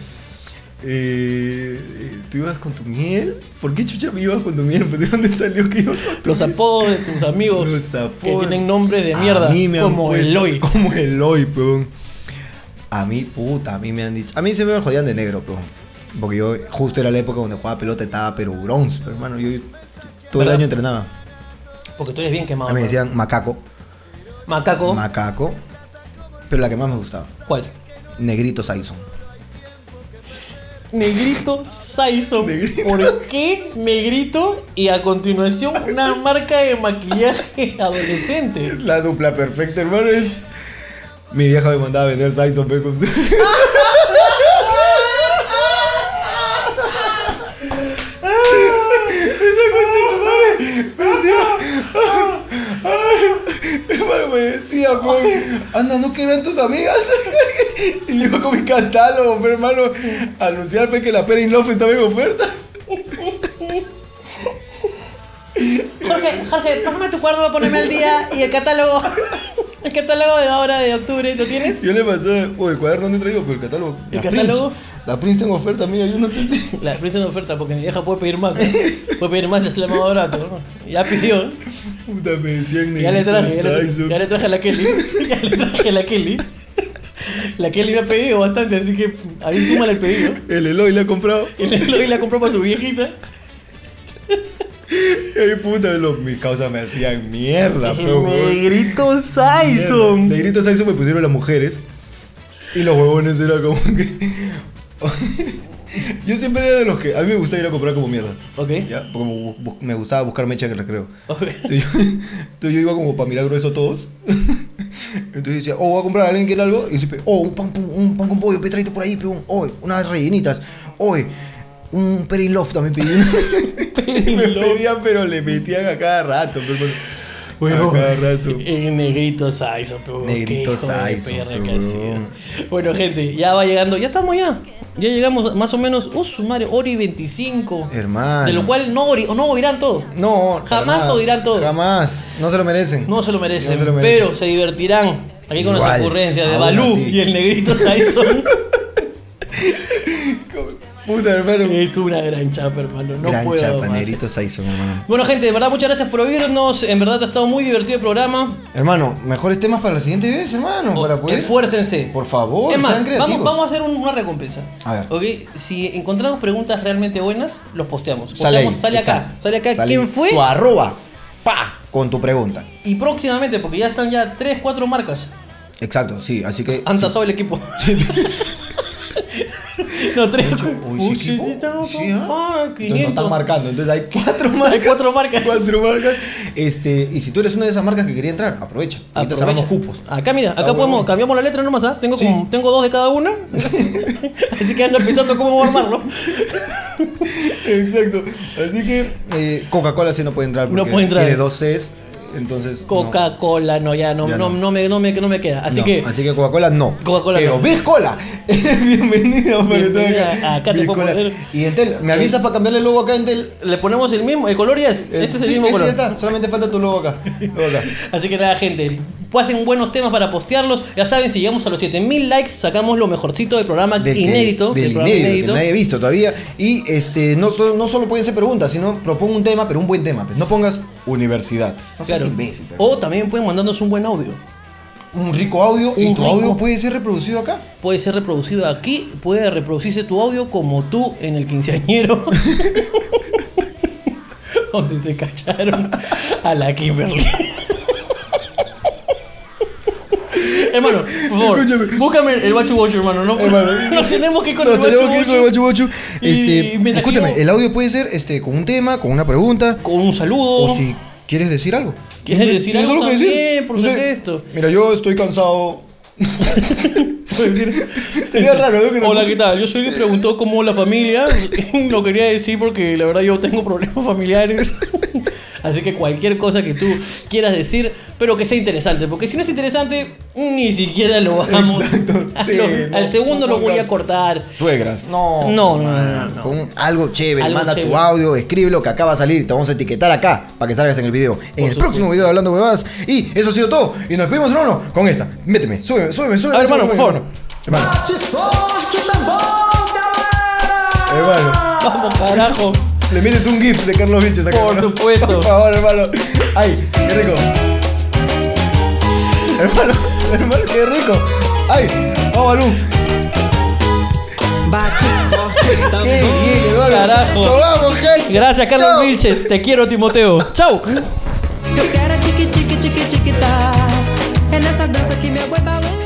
Eh, eh, ¿Tú ibas con tu miel? ¿Por qué chucha me ibas con tu miel? ¿De dónde salió que ibas con tu
Los
miel?
apodos de tus amigos
Los apodos.
que tienen nombres de
A
mierda,
mí me han
como
puesto-
Eloy.
Como Eloy, peón. A mí, puta, a mí me han dicho. A mí se me jodían de negro, peón. Porque yo, justo era la época donde jugaba pelota, estaba pero bronce, pero, hermano. Yo todo el
¿Verdad?
año entrenaba.
Porque tú eres bien
A
quemado.
mí me
¿no?
decían macaco. Oh.
Macaco.
Macaco. Pero la que más me gustaba,
¿Cuál?
Negrito Saison.
Negrito Saison. ¿Por qué Negrito? Y a continuación, una marca de maquillaje adolescente.
La dupla perfecta, hermano, es. Mi vieja me mandaba a vender Saison, peón. con- "Ah, Hermano, me decía, güey, anda, ¿no querían tus amigas? y yo con mi catálogo, pero, hermano, anunciar pues, que la Pera in Love estaba en oferta.
Jorge, Jorge, pásame tu cuarto para ponerme al día y el catálogo. El catálogo de ahora de octubre, ¿lo tienes?
Yo le pasé, oye, cuaderno no he traído, pero el catálogo.
¿El
la
catálogo?
Prince, la Prince en oferta, mía, yo no sé si.
La prisa de oferta, porque mi vieja puede pedir más. ¿eh? Puede pedir más, le sale más barato. Ya pidió. ¿eh?
Puta, me decían
Ya le traje, ya
negrito
le,
Saison.
ya le traje a la Kelly. Ya le traje a la Kelly. La Kelly me ha pedido bastante, así que ahí súmale el pedido.
El Eloy le ha comprado.
Y la Kelly la compró para su viejita.
Ay, puta, los, mis causas me hacían mierda, pero, güey.
negrito Saison.
Le grito Saison me pusieron las mujeres. Y los huevones era como que. Yo siempre era de los que. A mí me gustaba ir a comprar como mierda.
Ok.
¿Ya? Porque me, bu- bu- me gustaba buscar mecha en el recreo.
Ok.
Entonces yo, entonces yo iba como para mirar grueso a todos. Entonces decía, oh, voy a comprar a alguien que quiere algo. Y siempre, oh, un pan, pum- un pan con pollo, pe, tráete por ahí, pe, un, oh, unas rellenitas. Oye, un Perin Love también pedí. Y me pedían, pero le metían a cada rato. pe, hermano. a cada rato.
Eh, negrito Saison, pero
Negrito
qué hijo de
Saison,
perra
pero,
que ha sido.
weón.
Bueno, gente, ya va llegando. Ya estamos ya. Ya llegamos más o menos, oh, su madre, hora y 25.
Hermano.
De lo cual no, ori- no oirán todo.
No, para
Jamás
nada.
oirán todo.
Jamás. No se lo merecen.
No se lo merecen,
No se lo merecen.
pero se divertirán. Aquí con las
Igual,
ocurrencias de
aún
Balú
así.
y el negrito Saison.
Puta, hermano.
es una gran chapa, hermano. No
Gran
puedo
chapa,
más.
Negrito Saison, hermano.
Bueno, gente, de verdad, muchas gracias por oírnos. En verdad, ha estado muy divertido el programa.
Hermano, mejores temas para la siguiente vez, hermano. para poder.
Esfuércense.
pues, Por favor,
Es más,
sean creativos.
vamos, vamos a hacer un- una recompensa.
A ver.
Ok, Si encontramos preguntas realmente buenas, los posteamos.
Sale, ahí,
Posteamos, sale acá.
exacto.
Sale acá
Sale
quién
ahí.
fue.
Tu arroba. Pa. Con tu pregunta.
Y próximamente, porque ya están ya 3, 4 marcas.
Exacto, sí. Así que.
Han tasado el equipo. no, 3.
Uy, sí, equipo. Sí, ¿ah? Entonces nos
500.
están marcando. Entonces hay cuatro marcas.
Hay cuatro marcas.
Cuatro marcas. Este, y si tú eres una de esas marcas que quería entrar, aprovecha. Ahorita cerramos
Aprovecha.
cupos.
Acá Ah, mira, acá
Ah,
podemos,
huevón.
cambiamos la letra nomás, ¿ah? Tengo, como- tengo dos de cada una. Así que anda pensando cómo voy a armarlo.
Exacto. Así que eh, Coca-Cola sí no puede entrar
No
porque
puede entrar.
tiene dos Cs. Entonces. no.
Coca-Cola, no, ya, no,
Ya
no,
no.
no me, no, me, no me queda. Así
No,
que,
así que Coca-Cola no.
Coca-Cola
Pero
no.
ves cola. Bienvenido,
Bienvenida,
Mariano.
acá te
Ves
puedo
cola.
poner. Eh.
Y Entel, ¿me avisas para cambiarle el logo acá, Entel?
le ponemos el mismo, el color ya es, este es el
Sí,
mismo color.
Este ya está, solamente falta tu logo acá. Logo acá.
Así que nada, gente, pasen buenos temas para postearlos. Ya saben, si llegamos a los 7000 likes, sacamos lo mejorcito del programa
que-
inédito.
del
programa
inédito, que nadie ha visto todavía. Y este, no, so- no solo pueden ser preguntas, sino propongo un tema, pero un buen tema. Pues no pongas universidad. No seas
Claro.
imbécil. pero-
O también pueden mandarnos un buen audio.
un rico audio y
un
tu
rico-
audio puede ser reproducido acá.
Puede ser reproducido aquí, puede reproducirse tu audio como tú en el quinceañero. donde se cacharon a la Kimberly. hermano, por favor,
Escúchame.
búscame el Watch Watch, hermano. No,
Hermano.
nos tenemos que ir con
Nos
el Watch
tenemos que ir con el guachu guachu. Este, escúchame, el
el...
audio puede ser este, con un tema, con una pregunta,
Con un saludo.
o si quieres decir algo.
¿Quieres decir
¿Tienes
algo
que
también? Por
No sé.
supuesto.
Mira, yo estoy cansado.
Puedes decir,
Sería raro, ¿no? Que no-
Hola, ¿qué tal? Yo soy le preguntó cómo la familia. Lo quería decir porque la verdad yo tengo problemas familiares. Así que cualquier cosa que tú quieras decir, pero que sea interesante. Porque si no es interesante, ni siquiera lo vamos.
Exacto, sí,
Lo-
no,
al segundo
no
lo voy a
pongas-
cortar.
Suegras. No.
No, no, no, no, no.
Con algo chévere,
Algo
manda tu
chévere.
audio, escríbelo que acá va a salir. Te vamos a etiquetar acá para que salgas en el video. en el
supuesto.
próximo video de hablando huevadas. Y eso ha sido todo. Y nos despedimos, hermano, con esta. Méteme, súbeme, súbeme, súbeme.
A ver, hermano,
súbeme,
por
hermano. Hermano.
Bate forte o tambor, galera!
Hermano.
Vamos, carajo.
Le metes un GIF de Carlos Vilches acá.
Por
hermano.
supuesto.
Por favor, hermano. Ay, qué rico. hermano, hermano, qué rico. Ay, vamos, Balú.
Bate forte o
Qué
tambor.
bien, hermano.
Carajo.
Nos vamos, gente.
Gracias,
Chao.
Carlos Vilches. Te quiero, Timoteo. Chau.
Eu quero é tique tique tique tique tá. É nessa dança que meu boi balança.